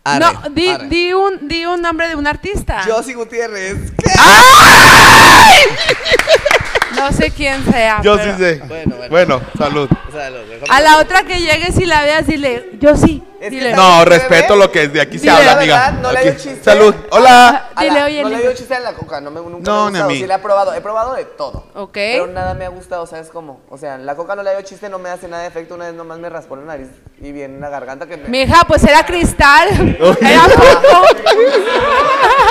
C: Arre,
E: no, di,
C: arre.
E: di un, di un nombre de un artista.
C: Josie Gutiérrez.
E: No sé quién sea.
B: Yo
E: Ah, pero-
B: sí sé.
C: Bueno,
B: Bueno,
C: bueno.
B: salud.
C: O sea, lo mejor-
E: A la otra que llegues y la veas, dile, yo sí.
C: Es que
E: Dile,
C: está-
B: No,
C: ¿Bebé?
B: respeto lo que de aquí se
C: Dile
B: habla,
C: la
B: amiga.
C: verdad, no le
B: Aquí.
C: hagas chiste.
B: Salud. Hola.
C: A
E: dile,
C: la-
E: oye,
C: no le
E: Lili".
C: doy chiste a la coca, no me, nunca
B: No,
C: me
B: ni
C: ha
B: a
C: gustado.
B: mí.
C: Sí, la he probado, he probado de todo.
E: Ok.
C: Pero nada me ha gustado, ¿sabes cómo? O sea, la coca no le doy chiste, no me hace nada de efecto. Una vez nomás me raspó la nariz y bien la garganta que me.
E: Mija, pues era cristal. Era poco.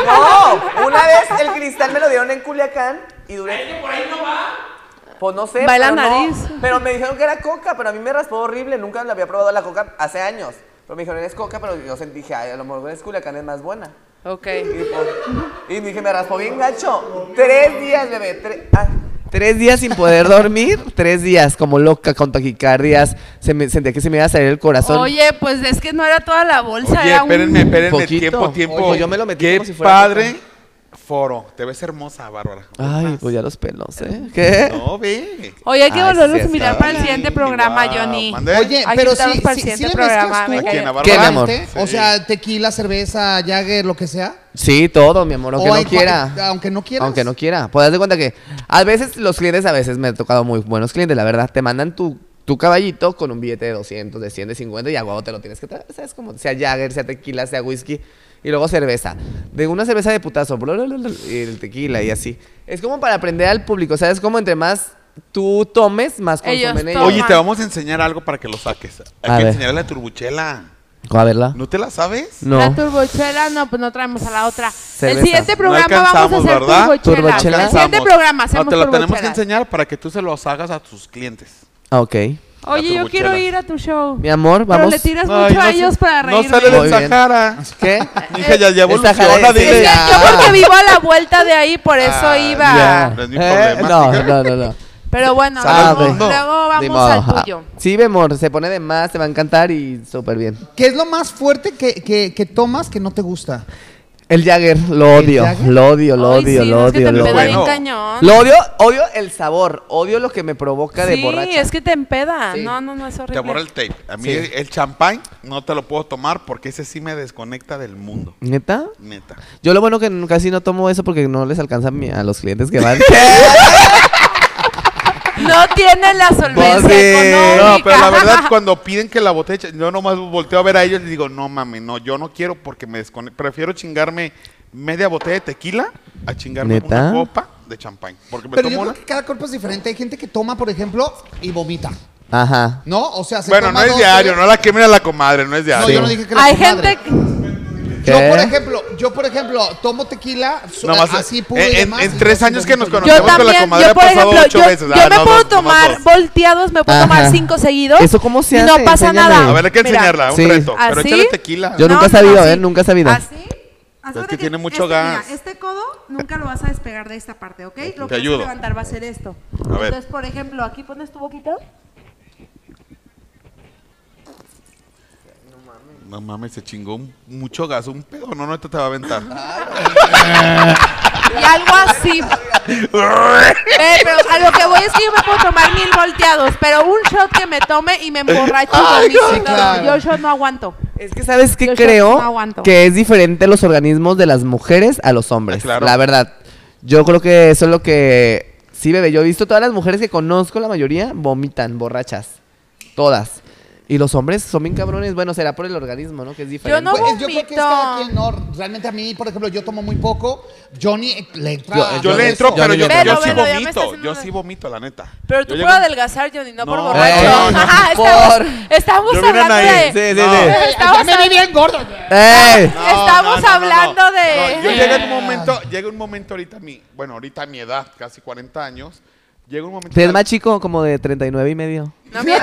C: ¡No! Una vez el cristal me lo dieron en Culiacán y duré. que por ahí no va? Pues no sé.
E: Va en la
C: pero no.
E: nariz.
C: pero me dijeron que era coca, pero a mí me raspó horrible. Nunca la había probado la coca hace años. Pero me dijeron, es coca, pero yo sentí, dije, ay, a lo mejor es Culiacán, es más buena.
E: Ok.
C: Y, pues, y dije, me raspó bien gacho. Tres días, bebé. tre- ah. Tres días sin poder dormir, tres días como loca, con taquicardias, se me, sentía que se me iba a salir el corazón.
E: Oye, pues es que no era toda la bolsa.
B: Oye,
E: era un-
B: espérenme, espérenme.
C: poquito.
B: Tiempo, tiempo.
C: Oye, yo me lo metí
B: Qué
C: como si fuera
B: padre. Foro. Te ves hermosa, Bárbara.
C: Ay, pues ya los pelos, ¿eh? ¿Qué?
B: No, ve.
E: Oye, hay que
C: Ay,
E: volverlos
C: sí,
E: a mirar
C: está
E: para el
B: Ay,
E: siguiente programa,
B: guau,
E: Johnny.
B: ¿mande?
F: Oye,
E: Hay que
F: pero
E: invitarlos
F: sí,
E: para el
F: sí, sí
E: siguiente
F: le mezclas
E: programa,
F: tú
E: me
B: ¿A quién, a
F: bastante,
C: ¿Qué, mi
B: Bárbara?
C: amor?
F: O sea, tequila, cerveza, Jagger, lo que sea.
C: Sí, todo, mi amor, aunque
F: O
C: no
F: en cua-
C: quiera.
F: Aunque no quieras.
C: Aunque no quiera. Pues haz de cuenta que a veces los clientes, a veces me he tocado muy buenos clientes, la verdad. Te mandan tu, tu caballito con un billete de 200, de 100, de 50 y a huevo te lo tienes que traer. ¿Sabes? Como sea Jagger, sea tequila, sea whisky. Y luego cerveza. De una cerveza de putazo, bla, bla, bla, bla, y el tequila y así. Es como para aprender al público, ¿sabes? Como entre más tú tomes, más
E: Ellos
C: consumen ellos.
E: toman.
B: Oye, te vamos a enseñar algo para que lo saques. Hay
C: A
B: que
C: ver.
B: enseñarle a Turbuchela.
C: a verla.
B: ¿No te la sabes?
E: La
C: No.
E: turbochela, no, pues no traemos a la otra.
C: Cerveza.
E: El siguiente
B: No
E: programa vamos a
B: alcanzamos,
E: hacer
B: ¿verdad?
E: turbochela.
C: Turbochela.
E: El siguiente
B: Alcanzamos.
E: programa hacemos
B: No, te lo tenemos que
E: turbochelas.
B: enseñar para que tú se los hagas a tus clientes.
C: Ah, Ok.
E: Oye,
B: La
E: yo quiero
B: turbochela.
E: ir a tu show.
C: Mi amor,
E: Pero
C: vamos.
E: le tiras
B: Ay,
E: mucho
B: no
E: a
B: sé-
E: ellos para
B: No
E: reírme.
B: sale
C: Muy
B: del
C: bien.
B: Sahara.
C: ¿Qué?
B: Mija, ya, ya
C: Esta
B: evoluciona,
C: jala-
B: dile.
E: Es que yo porque
C: Ah.
E: vivo a la vuelta de ahí, por eso
B: Ah,
E: iba.
C: Ya.
B: No es mi
C: Eh,
B: problema,
C: No,
B: chica.
C: no, no, no.
E: Pero bueno,
B: Sabe.
E: luego,
B: No.
E: luego
C: Ni
E: vamos
C: modo,
E: al
C: ajá.
E: tuyo.
C: Sí, mi amor, se pone de más, te va a encantar y súper bien.
F: ¿Qué es lo más fuerte que, que- que tomas que no te gusta?
C: El Jagger, lo
F: ¿El
C: odio,
F: Jagger?
C: lo odio, lo
E: Ay,
C: odio,
E: sí,
C: lo
E: no, es que
C: odio,
E: te
C: lo
E: empeda
C: odio.
E: bien
B: bueno.
E: cañón.
C: Lo odio, odio el sabor, odio lo que me provoca de
E: sí,
C: borracha.
E: es que te empeda.
C: Sí.
E: No, no, no, es
F: Pues
B: Te
E: horrible.
B: borra el tape. A mí
C: Sí.
B: el, el champán no te lo puedo tomar porque ese sí me desconecta del mundo.
C: ¿Neta?
B: Neta.
C: Yo lo bueno que n- casi no tomo eso porque no les alcanza a mi- a los clientes que van.
E: No tiene la solvencia
C: Pues sí.
E: económica.
B: No, pero la verdad, cuando piden que la botella, yo nomás volteo a ver a ellos y les digo, no mames, no, yo no quiero porque me desconecto. Prefiero chingarme media botella de tequila a chingarme
C: ¿Neta?
B: una copa de champán. Porque me
F: Pero yo
B: tomo una.
F: creo que cada cuerpo es diferente. Hay gente que toma, por ejemplo, y vomita.
C: Ajá.
F: ¿No? O sea, se
B: Bueno,
F: toma
B: no es
F: dos,
B: diario,
F: tres-
B: no la que mira la comadre, no es
F: No,
B: diario.
F: yo no dije que la
E: Hay
F: comadre.
E: gente que...
F: Yo, por
C: ¿Qué?
F: ejemplo, yo, por ejemplo, tomo tequila su-
B: Nada más,
F: así
B: eh,
F: puro
B: en-
F: y demás,
B: en
F: y
B: tres
F: yo
B: años que nos
F: vomito
B: conocemos, Conozco
E: Yo
F: yo.
B: que la
E: también,
B: comadre
E: yo
B: ha
E: por
B: pasado
E: ejemplo,
B: ocho
E: yo,
B: veces.
E: yo
B: Ah,
E: me
B: no,
E: puedo
B: dos, nomás
E: tomar
B: dos.
E: volteados, me puedo tomar
C: Ajá.
E: cinco seguidos.
C: ¿Eso cómo se
E: y
C: hace?
E: No pasa
C: Enséñame.
E: nada.
B: A ver, hay que
E: Mira,
B: enseñarla, un
C: Sí.
B: reto.
F: ¿Ah,
B: Pero
E: ¿Así?
B: échale tequila.
C: Yo
E: No,
C: nunca he
E: no,
C: sabido,
E: sí. Ah,
C: ¿eh? Nunca he sabido.
D: Así. haz
B: Es
D: cuenta
B: que tiene mucho
D: este, mira,
B: gas.
D: este codo nunca lo vas a despegar de esta parte, ¿ok? Lo
B: Te
D: que
B: ayudo.
D: vas a levantar va a ser esto.
B: A ver.
D: Entonces, por ejemplo, aquí pones tu boquita.
B: No mames, se chingó un- mucho gas, un pedo. No, no, esto te va a aventar.
E: Y algo así. Ve, pero a lo que voy es que yo me puedo tomar mil volteados, pero un shot que me tome y me emborracho con mi
F: Sí, claro.
E: Yo shot no aguanto.
C: Es que sabes que
E: Yo
C: creo
E: no aguanto.
C: que es diferente los organismos de las mujeres a los hombres.
B: Ah, claro.
C: La verdad. Yo creo que eso es lo que sí, bebé. Yo he visto todas las mujeres que conozco, la mayoría vomitan, borrachas. Todas. Y los hombres son bien cabrones. Bueno, será por el organismo, ¿no? Que es diferente.
E: no
F: Pues, yo creo que es cada
E: vomito.
F: quien, no. Realmente a mí, por ejemplo, yo tomo muy poco. Johnny eh, le entra.
C: Yo-
F: a
B: Ah, Yo
F: todo
B: le entro,
F: eso.
B: pero yo,
E: Velo,
B: yo sí
E: velo, ya me está
B: vomito.
E: haciendo
B: Yo
E: de-
B: sí vomito, la neta.
E: Pero tú
B: Yo
E: por
B: llego-
E: adelgazar, Johnny, no, por
B: No,
E: borracho.
C: no, no,
E: Ajá,
C: por-
E: estamos estamos
B: Yo vine a
E: hablando de...
B: nadie.
C: Sí, sí,
B: No.
C: sí.
F: Ay,
E: Estamos
F: ya me vi
E: hablando-
F: bien gordo.
C: ¡Ey!
B: No, no, no,
E: Estamos
B: no,
E: hablando
B: no.
E: de-
B: No, yo llega un momento, llega un momento ahorita a mí, bueno, ahorita a mi edad, casi 40 años, llega un momento.
C: Usted es más chico, como de 39 y medio.
E: No, mira,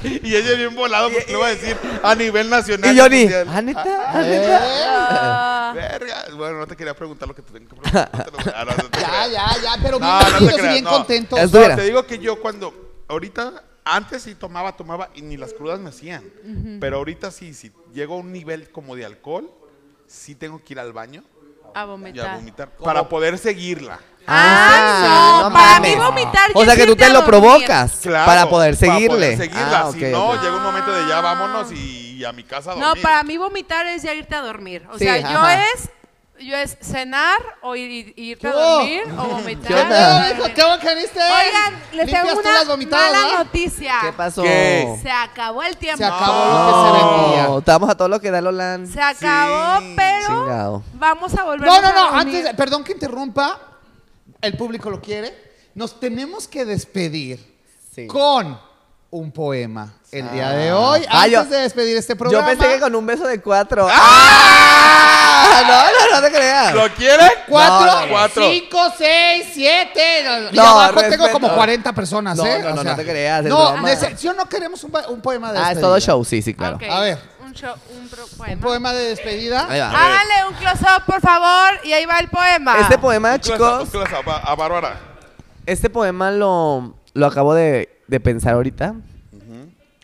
B: Y ella bien volado porque lo iba a decir a nivel nacional.
C: Y Johnny.
B: mundial.
C: ¿Ah, neta? ¿Ah, neta?
E: ah,
B: Verga. Bueno, no te quería preguntar lo que te tengo que preguntar. No te lo- ah, no, no te
F: Ya,
B: creas.
F: ya, ya. Pero
B: No, no
F: bien
B: te
F: tranquilos y
B: creas,
F: bien
B: no.
F: contentos.
C: Es-
B: No,
C: Mira.
B: te digo que yo cuando ahorita antes sí tomaba, tomaba y ni las crudas me hacían. Pero ahorita sí, si llego a un nivel como de alcohol, sí tengo que ir al baño
E: a
B: y a
E: vomitar.
B: vomitar para poder seguirla.
E: Ah, no,
C: no
E: para
C: mames.
E: mí vomitar
C: O
E: yo
C: sea que
E: es
C: tú
E: irte
C: te
E: a
C: lo
E: dormir.
C: provocas
B: Claro,
C: para poder seguirle.
B: seguirla.
C: Ah, ok,
B: si no,
C: ok.
B: llega un momento de ya vámonos y, a mi casa a
D: No,
B: dormir.
D: para mí vomitar es ya irte a dormir. O
C: Sí,
D: sea,
E: Yo
C: Ajá.
E: es, yo es cenar o ir, irte a
F: ¿Qué?
E: dormir o
F: ¿Qué pedo,
E: vomitar.
F: hijo? ¿Qué boca viste?
D: oigan, les
F: Limpias
D: tengo
F: tú las
D: una
F: vomitadas,
D: mala
F: ¿verdad?
D: noticia.
F: Ah.
C: ¿Qué pasó?
B: ¿Qué?
D: Se acabó el tiempo.
F: Se acabó lo que se vendía.
C: No, estamos a todo lo que da Lolan.
D: Se acabó,
B: Sí.
D: pero
C: Chingado.
D: vamos a volver
F: No, no,
D: a
F: no,
D: reunir.
F: antes, de- perdón que interrumpa, el público lo quiere. Nos tenemos que despedir
C: Sí.
F: con un poema el día de hoy.
C: Ah,
F: antes
C: yo-
F: de despedir este
C: Yo
F: programa.
C: pensé que con un beso de cuatro. ¡Ah! No, no, no te creas.
B: ¿Lo quieren?
F: Cuatro,
C: No, no,
B: cuatro.
F: cinco, seis, siete. Y
C: No,
F: abajo tengo
C: respeto.
F: como 40 personas,
C: No,
F: ¿eh?
C: no, no, no te creas, es
F: No,
C: broma.
F: nece- sí o no queremos un, ba- un poema de
C: Ah, es
F: despedida.
C: todo show, sí, sí, claro.
E: Ok,
F: A ver.
E: Un, show, un pro-
F: Un
E: poema.
F: poema de despedida.
C: Ahí va.
E: Háganle un close-up, por favor, y ahí va el
F: Ah.
E: poema.
C: Este poema,
B: Un close-up,
C: chicos,
B: un close-up A, a Bárbara.
C: este poema lo, lo acabo de, de pensar ahorita.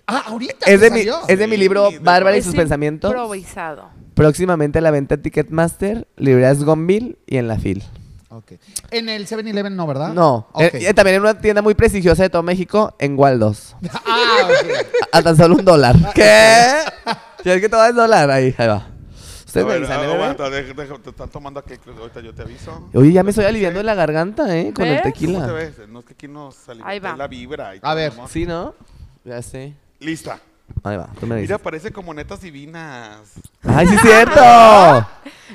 F: Ah, ahorita
C: Es
F: te
C: de, mi,
F: salió.
C: es de mi libro
B: Sí, de-
C: Bárbara y
E: Es
C: sus pensamientos.
E: Improvisado.
C: Próximamente a la venta en Ticketmaster, librerías Gonville y en la FIL.
F: Ok. En el 7-Eleven no, ¿verdad?
C: No,
F: Ah, Ok.
C: eh, eh, también en una tienda muy prestigiosa de todo México, en Waldos.
F: Ah, ok.
C: A tan solo un dólar. ¿Qué? Si es que todo es dólar, ahí, ahí va. Ustedes
B: A
C: me
B: ver, ah,
C: avisan, ¿eh, bebé?
B: aguanta, deja- deja- te están tomando aquí. Ahorita yo te aviso.
C: Oye, ya me estoy aliviando de la garganta, ¿eh? Con el
E: ¿Ves?
B: ¿Cómo te
C: tequila.
B: ves? No es que aquí nos
E: Ahí va.
B: alimenta la vibra. y
F: A ver.
B: todo, ¿no?
C: Sí, ¿no? Ya sé.
B: Lista.
C: Ahí va, tú me
B: Mira,
C: dices.
B: parece como netas divinas.
C: ¡Ay, sí es cierto!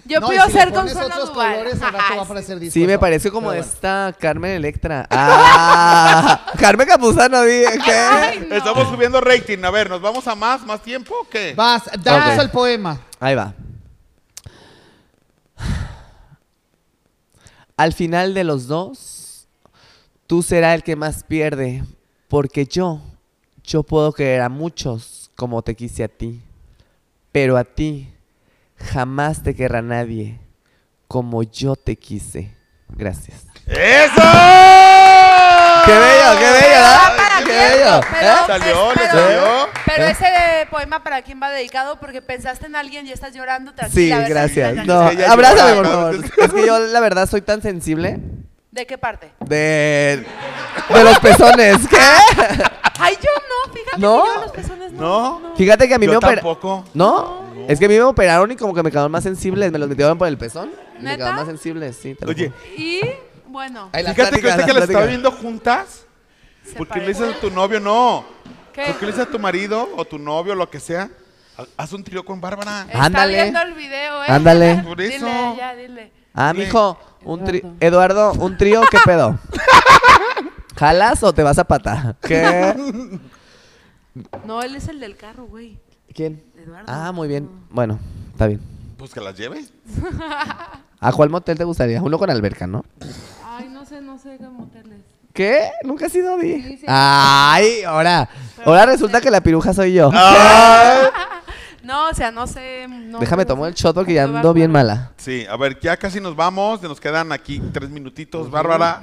E: Yo
F: No, y
E: puedo
F: si le
E: ser
F: pones
E: Consuelo
F: otros
E: Duval.
F: colores, al rato va a aparecer
C: Sí, me
F: dispuesto.
C: parece como
F: Pero bueno.
C: esta Carmen Electra. ¡Ah! Carmen Capuzano, dije. ¿Qué?
B: Estamos subiendo rating. A ver, ¿nos vamos a más? ¿Más tiempo o qué?
F: Vas, danos
C: Ok.
F: el poema.
C: Ahí va. Al final de los dos, tú serás el que más pierde, porque yo, yo puedo querer a muchos como te quise a ti, pero a ti jamás te querrá nadie como yo te quise. Gracias.
B: ¡Eso!
C: ¡Qué bello, qué bello, ¿verdad?
E: Va para
C: ¡Qué
E: abierto,
C: bello!
E: pero-
C: ¿eh?
B: Salió, le
E: pero-
F: ¿Eh?
B: salió.
E: Pero ese poema para quién va dedicado porque pensaste en alguien y estás llorando.
C: Sí,
E: Tranquila, a ver,
C: gracias.
E: tranquila,
C: No,
B: Es que ella
C: abrázame, por
B: llora,
C: favor.
B: cabrón.
C: Es que yo, la verdad, soy tan sensible
E: tranquila. ¿De qué parte?
C: de, de los pezones. ¿Qué?
E: Ay, yo no, fíjate
C: ¿No?
E: que yo los pezones no.
B: No.
E: no.
C: Fíjate que a mí
B: Yo
C: me operaron.
B: tampoco.
C: ¿No? Es que a mí me operaron y como que me quedaron más sensibles. Me los metieron por el pezón. y Me
E: ¿Neta?
C: quedaron más sensibles, sí. te lo
B: Oye,
C: juro.
E: Y bueno,
C: Ay, las
B: fíjate que
C: pláticas,
B: ahorita que
C: las
B: las estaba
C: pláticas.
B: viendo juntas,
E: se
B: ¿por qué le
E: parece.
B: dices a tu novio no?
E: ¿Qué?
B: ¿Por qué le dices a tu marido o tu novio lo que sea? ha- Haz un trío con Bárbara.
E: Está
C: Ándale.
E: viendo el video, ¿eh?
C: Ándale.
B: Por
E: Dile,
B: eso.
E: ya, dile.
C: Ah,
B: Dile.
C: mijo, un tri- Eduardo, un trío, ¿qué pedo? ¿Jalas o te vas a pata? ¿Qué?
E: No, él es el del carro, güey.
C: ¿Quién?
E: Eduardo.
C: Ah, muy bien. Bueno, está bien.
B: Pues que las lleve.
C: ¿A cuál motel te gustaría? Uno con alberca, ¿no?
J: Ay, no sé, no sé qué moteles.
C: ¿Qué? Nunca has ido Di?
J: Sí, sí.
C: Ay, ahora. Ahora resulta que la piruja soy yo.
B: Ah,
E: No, o sea, no sé. no-
C: Déjame
E: no
C: tomar
E: sé.
C: el choto que ya
E: No me
C: ando bien
E: acuerdo.
C: mala.
B: Sí, a ver, ya casi nos vamos. Nos quedan aquí tres minutitos. Bárbara,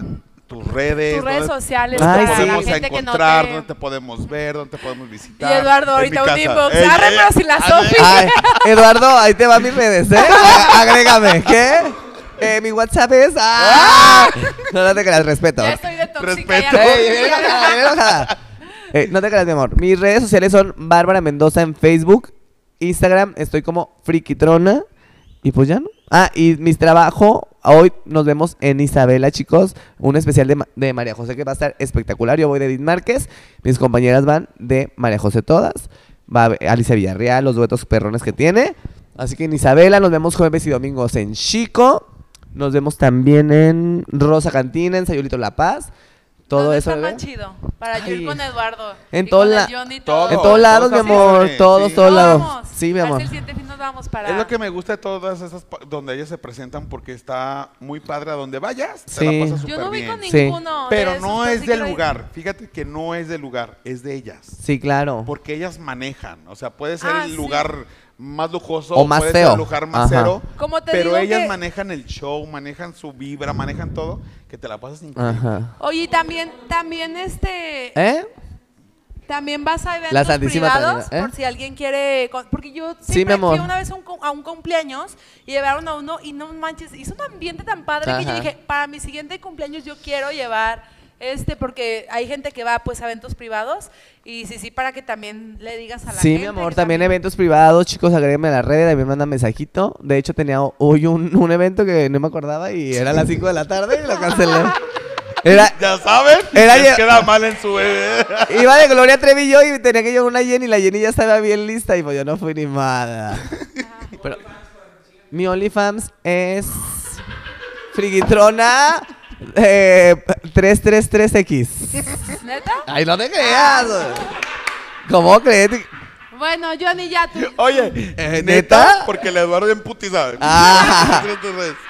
B: tus redes.
E: Tus redes
B: dónde
E: sociales
C: Ay,
E: para
B: te
E: la
B: podemos
E: gente que no
B: encontrar,
E: te...
B: dónde te podemos ver, dónde te podemos
E: Y
B: visitar.
E: Eduardo,
B: En
E: ahorita
B: mi
E: un
B: casa. Eh,
E: inbox.
B: Ey,
E: Arre,
B: ey,
E: pero si la
B: arre.
E: Sofi.
C: Ay, Eduardo, ahí te van mis redes, ¿eh? Agrégame. ¿Qué? Eh, mi WhatsApp es. ¡Ah! No, no te creas, respeto.
E: Ya estoy de tóxica.
B: Respeto.
E: ya.
C: Ey, bien enojada, bien enojada. Eh, no te creas, mi amor. Mis redes sociales son Bárbara Mendoza en Facebook, Instagram, estoy como Frikitrona. Y pues ya no. Ah, y mis trabajo. Hoy nos vemos en Isabela, chicos. Un especial de, Ma- de María José que va a estar espectacular. Yo voy de Edith Márquez. Mis compañeras van de María José todas. Va a haber Alicia Villarreal, los duetos perrones que tiene. Así que en Isabela nos vemos jueves y domingos en Chico. Nos vemos también en Rosa Cantina, en Sayulito La Paz. Todo
E: ¿Dónde
C: eso.
E: Está
C: bebé.
E: más chido. Para yo
C: Ay.
E: ir con Eduardo.
C: En
E: y con
C: todo la-
E: el John y
B: todo.
C: En
E: todo.
C: todos lados, mi
B: todos
C: amor.
B: afuera,
C: Todos,
B: sí.
C: todos
E: Nos
C: lados.
E: vamos.
C: Sí, mi
E: Casi
C: amor.
E: el siguiente fin nos vamos para.
B: Es lo que me gusta de todas esas pa- donde ellas se presentan porque está muy padre a donde vayas. Te
C: Sí.
B: la pasas
E: Yo
B: súper
E: no vi
B: bien.
E: con
C: Sí.
E: ninguno. de
B: Pero
E: esos,
B: no
E: pero
B: es del
E: sí quiero ir.
B: lugar. Fíjate que no es del lugar, es de ellas.
C: Sí, claro.
B: Porque ellas manejan. O sea, puede ser
E: Ah,
B: el
E: sí.
B: lugar más lujoso
C: O más
B: puede
C: feo.
B: Ser el lugar más
C: Ajá.
B: cero.
E: Como te
B: pero
E: digo
B: ellas
E: que-
B: manejan el show, manejan su vibra, manejan todo, que te la pasas increíble.
C: Ajá.
E: Oye, y también, también este.
C: ¿Eh?
E: También vas a eventos
C: La Santísima
E: privados
C: Trinidad, ¿eh?
E: por si alguien quiere, con- porque yo
C: Sí,
E: siempre
C: mi amor.
E: fui una vez a un, cum- a un cumpleaños y llevaron a uno y no manches, hizo un ambiente tan padre que yo
C: Ajá.
E: dije, para mi siguiente cumpleaños yo quiero llevar este porque hay gente que va pues a eventos privados y sí sí para que también le digas a la
C: Sí,
E: gente.
C: mi amor,
E: que
C: también eventos privados, chicos, agréguenme a las redes, también mandan mensajito. De hecho, tenía hoy un, un evento que no me acordaba y era a las 5 de la tarde y lo cancelé. Era,
B: Ya saben,
C: Era
B: les
C: yo-
B: queda mal en su bebé.
C: iba de Gloria Trevi y yo y tenía que llevar una Jenny, la Jenny ya estaba bien lista y pues yo no fui ni
E: Ah.
C: nada. Pero, mi OnlyFans es Frigitrona eh, 333X.
E: ¿Neta? Ah.
C: Ay, no te creas. ¿Cómo crees?
E: Bueno, Johnny ya tú.
B: Oye, neta,
C: Eh, ¿neta?
B: porque el Eduardo bien putiza.
C: Ah.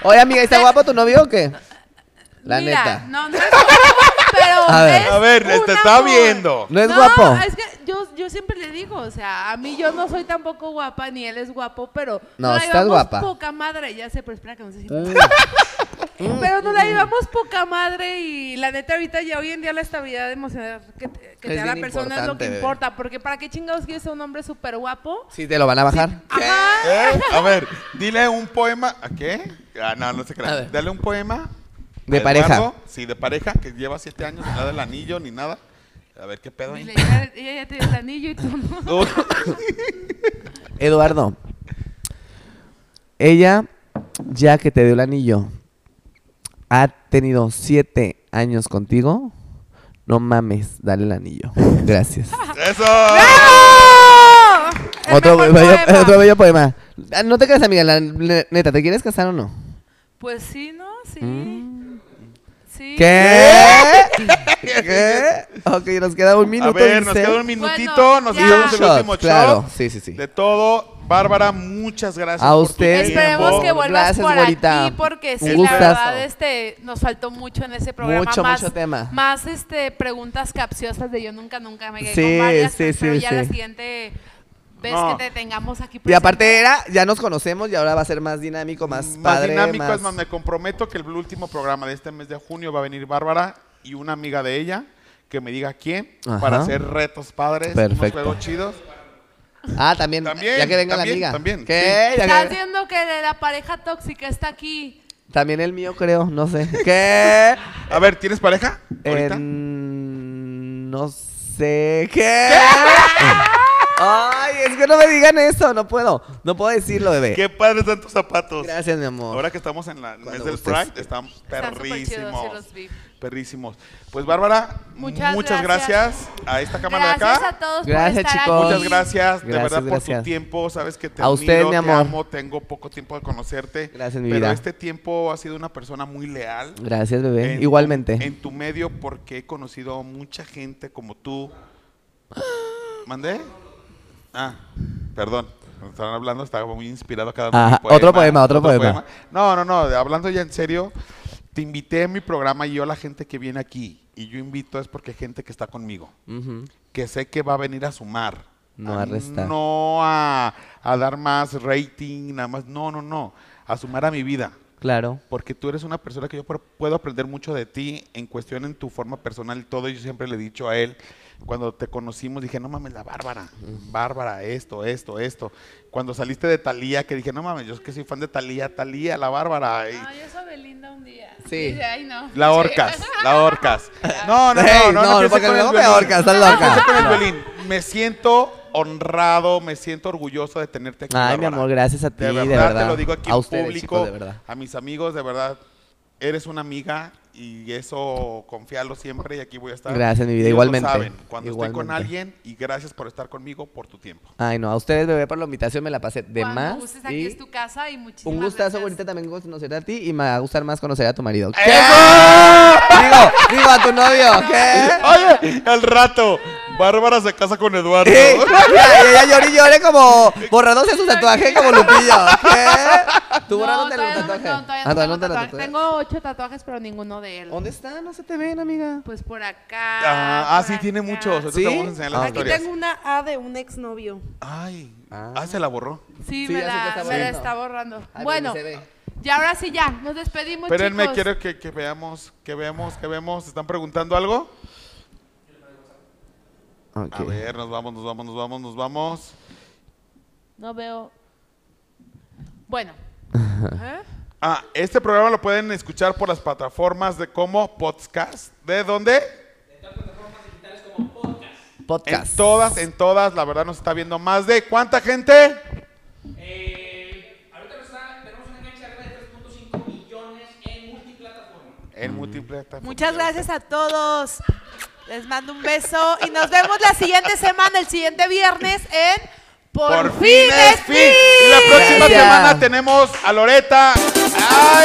C: Oye, amiga, ¿está guapo tu novio o qué? La
E: Mira,
C: neta.
E: No, no es pero
C: A ver.
E: es
B: A ver,
E: un
B: te está
E: amor.
B: viendo.
C: ¿No es guapo?
J: Es que yo, yo siempre le digo, o sea, a mí yo no soy tampoco guapa, ni él es guapo, pero
C: No,
J: nos la
C: estás
J: llevamos
C: guapa.
J: poca madre, ya sé, pero espera que no se sienta.
C: Mm, Eh.
E: Pero nos la llevamos poca madre y la neta ahorita ya hoy en día la estabilidad emocional que te, que te
C: Es
E: da la
C: bien
E: persona es lo
C: importante,
E: que
C: bebé.
E: importa, porque para qué chingados quieres ser un hombre súper guapo.
C: Sí, te lo van a bajar.
B: ¿Eh? A ver, dile un poema. ¿A qué? Ah, no, no se
C: A
B: crea.
C: ver.
B: Dale un poema.
C: De
B: a
C: pareja.
B: Eduardo, Sí, de pareja, que lleva siete años, nada del anillo ni nada. A ver qué pedo
J: Dile,
B: ahí.
J: ya- Ella ya te dio el anillo y tú no.
C: Eduardo. Ella, ya que te dio el anillo, ha tenido siete años contigo. No mames, dale el anillo. Gracias.
B: ¡Eso!
E: El
C: otro,
E: mejor
C: bello,
E: poema.
C: otro bello poema. Ah, No te creas, amiga. la ne- neta, ¿te quieres casar o no?
E: Pues sí, ¿no? Sí. Sí.
C: Mm. ¿Qué? ¿Qué? Ok, nos queda un minuto.
B: a ver, nos
C: dice.
B: queda un minutito,
E: Bueno,
B: nos
E: ya.
B: damos el
C: Shot,
B: último shot.
C: claro. Sí, sí, sí.
B: De todo, Bárbara, muchas gracias.
C: A
B: por tu
C: ustedes,
B: tiempo.
E: Esperemos que
C: Tiempo.
E: vuelvas
C: Gracias,
E: por
C: güerita.
E: aquí porque sí,
C: Un
E: la
C: gustazo.
E: verdad este nos faltó mucho en ese programa
C: Mucho,
E: más
C: mucho tema.
E: más este preguntas capciosas de yo nunca nunca me quedé
C: Sí,
E: con varias, pues,
C: sí,
E: pero
C: sí,
E: ya
C: sí.
E: la siguiente vez
B: No.
E: que te tengamos aquí
C: Y aparte
E: presente.
C: era, ya nos conocemos y ahora va a ser más dinámico, más,
B: Más
C: padre.
B: dinámico,
C: más...
B: es más, me comprometo que el último programa de este mes de junio va a venir Bárbara y una amiga de ella que me diga quién
C: Ajá.
B: para hacer retos padres, unos
C: Perfecto.
B: juegos chidos.
C: Ah, también.
B: También,
C: ya que venga
B: también,
C: la amiga.
B: también,
C: ¿Qué? Ya que-
E: Estás viendo que de la pareja tóxica está aquí.
C: También el mío, creo. No sé. ¿Qué?
B: A ver, ¿tienes pareja? Ahorita.
C: En- No sé. ¿Qué? Ay, es que no me digan eso. No puedo. No puedo decirlo, bebé.
B: Qué padre están tus zapatos.
C: Gracias, mi amor.
B: Ahora que estamos en la el mes
C: Cuando
B: del
C: gustes.
B: Pride, están
E: Están superchidos, sí
B: perrísimos.
E: los vi.
B: Perrísimos. Pues Bárbara,
E: Muchas
B: muchas, gracias.
E: gracias.
B: a esta cámara de
E: Gracias
B: acá.
E: a todos
C: Gracias,
E: por estar
C: chicos.
E: aquí.
B: Muchas gracias, de
C: Gracias,
B: verdad, por
C: gracias.
B: tu tiempo. Sabes que te
C: A usted,
B: admiro,
C: mi
B: te
C: amor.
B: amo, tengo poco tiempo de conocerte.
C: Gracias, mi
B: pero
C: vida.
B: este tiempo has sido una persona muy leal.
C: Gracias, bebé.
B: en tu-
C: Igualmente.
B: en tu medio, porque he conocido mucha gente como tú. ¿Mandé? Ah, perdón. Cuando Estaban hablando, estaba muy inspirado cada uno de
C: Ajá,
B: mi
C: otro poema, otro poema.
B: No, no, no. de- Hablando ya en serio, te invité a mi programa y yo a la gente que viene aquí. Y yo invito es porque hay gente que está conmigo
C: Ujú.
B: que sé que va a venir a sumar.
C: No a restar.
B: No a, a dar más rating, nada más. No, no, no. A sumar a mi vida.
C: Claro.
B: Porque tú eres una persona que yo por- puedo aprender mucho de ti en cuestión en tu forma personal y todo. Yo siempre le he dicho a él, cuando te conocimos, dije, no mames, la Bárbara. Bárbara, esto, esto, esto. Cuando saliste de Talía, que dije, no mames, yo es que soy fan de Talía, Talía, la Bárbara. y-
K: No, yo soy Belinda un día.
C: Sí.
K: Dice, Ay, no.
B: la orcas, la orcas. No, no, no, no,
C: Ey,
B: no, empieces
C: porque
B: con el
C: luego me
B: violín.
C: ahorcas, estás
B: No empieces con el
C: loca.
B: violín. Me siento honrado, me siento orgulloso de tenerte aquí.
C: Ay, mi
B: Bárbara.
C: amor, gracias a ti,
B: De verdad, te lo digo aquí
C: a
B: en
C: ustedes,
B: público,
C: chicos, de verdad.
B: a mis amigos, de verdad, eres una amiga y eso confíalo siempre y aquí voy a estar.
C: Gracias, mi vida,
B: Ellos lo
C: igualmente,
B: saben, cuando estoy con
C: igualmente.
B: alguien y gracias por estar conmigo por tu tiempo.
C: Ay, no, a ustedes, bebé, por la invitación me la pasé de
E: Cuando
C: más.
E: gustes,
C: y
E: aquí es tu casa y muchísimas
C: un gustazo,
E: gracias.
C: bonita, también conocer a ti y me va a gustar más conocer a tu marido. ¿Qué?
B: ¡Eh!
C: digo, digo, a tu novio, ¿qué?
B: Oye, al rato, Bárbara se casa con Eduardo.
C: Sí, y ella lloré y lloré como borrándose su tatuaje como Lupillo. ¿Qué? ¿Tú borrándote el
E: todavía no,
C: tatuaje?
E: no, todavía
C: Ah,
E: no
C: todavía
E: tengo
C: te lo
E: tatuaje.
C: tatuaste.
E: Tengo ocho tatuajes, pero ninguno de
B: Oh.
E: él.
C: ¿Dónde está? No se te ven, amiga.
E: Pues por acá.
B: Ah, ah,
E: por
B: sí, tiene
E: acá.
B: muchos. Ahorita
C: ¿Sí?
B: te
C: Ah,
B: vamos a enseñar las
C: Aquí
L: Aquí
B: historias.
L: tengo una A de un exnovio.
B: Ay,
C: Ah.
B: ah, se la borró.
L: Pues,
E: Sí,
C: Sí,
E: me,
C: así
E: la,
C: te
E: me
C: está
E: la
C: borrando.
E: está borrando.
C: Ay,
E: bueno,
C: pero ni se Ah, ve.
E: y ahora sí ya, nos despedimos,
B: Espérenme,
E: chicos.
B: quiero que, que veamos, que veamos, que veamos. ¿Están preguntando algo? A
C: Ok.
B: ver, nos vamos, nos vamos, nos vamos, nos vamos.
E: No veo... Bueno. ¿Eh?
B: Ah, este programa lo pueden escuchar por las plataformas de como podcast. ¿De dónde?
C: Podcast.
B: En todas, en todas. La verdad nos está viendo más de ¿cuánta gente? En multiplataforma.
L: Muchas gracias a todos. Les mando un beso y nos vemos la siguiente semana, el siguiente viernes en Por,
B: Por
L: fin es fin.
B: Y la próxima
C: Gracias.
B: semana tenemos a Loreta. ¡Ay!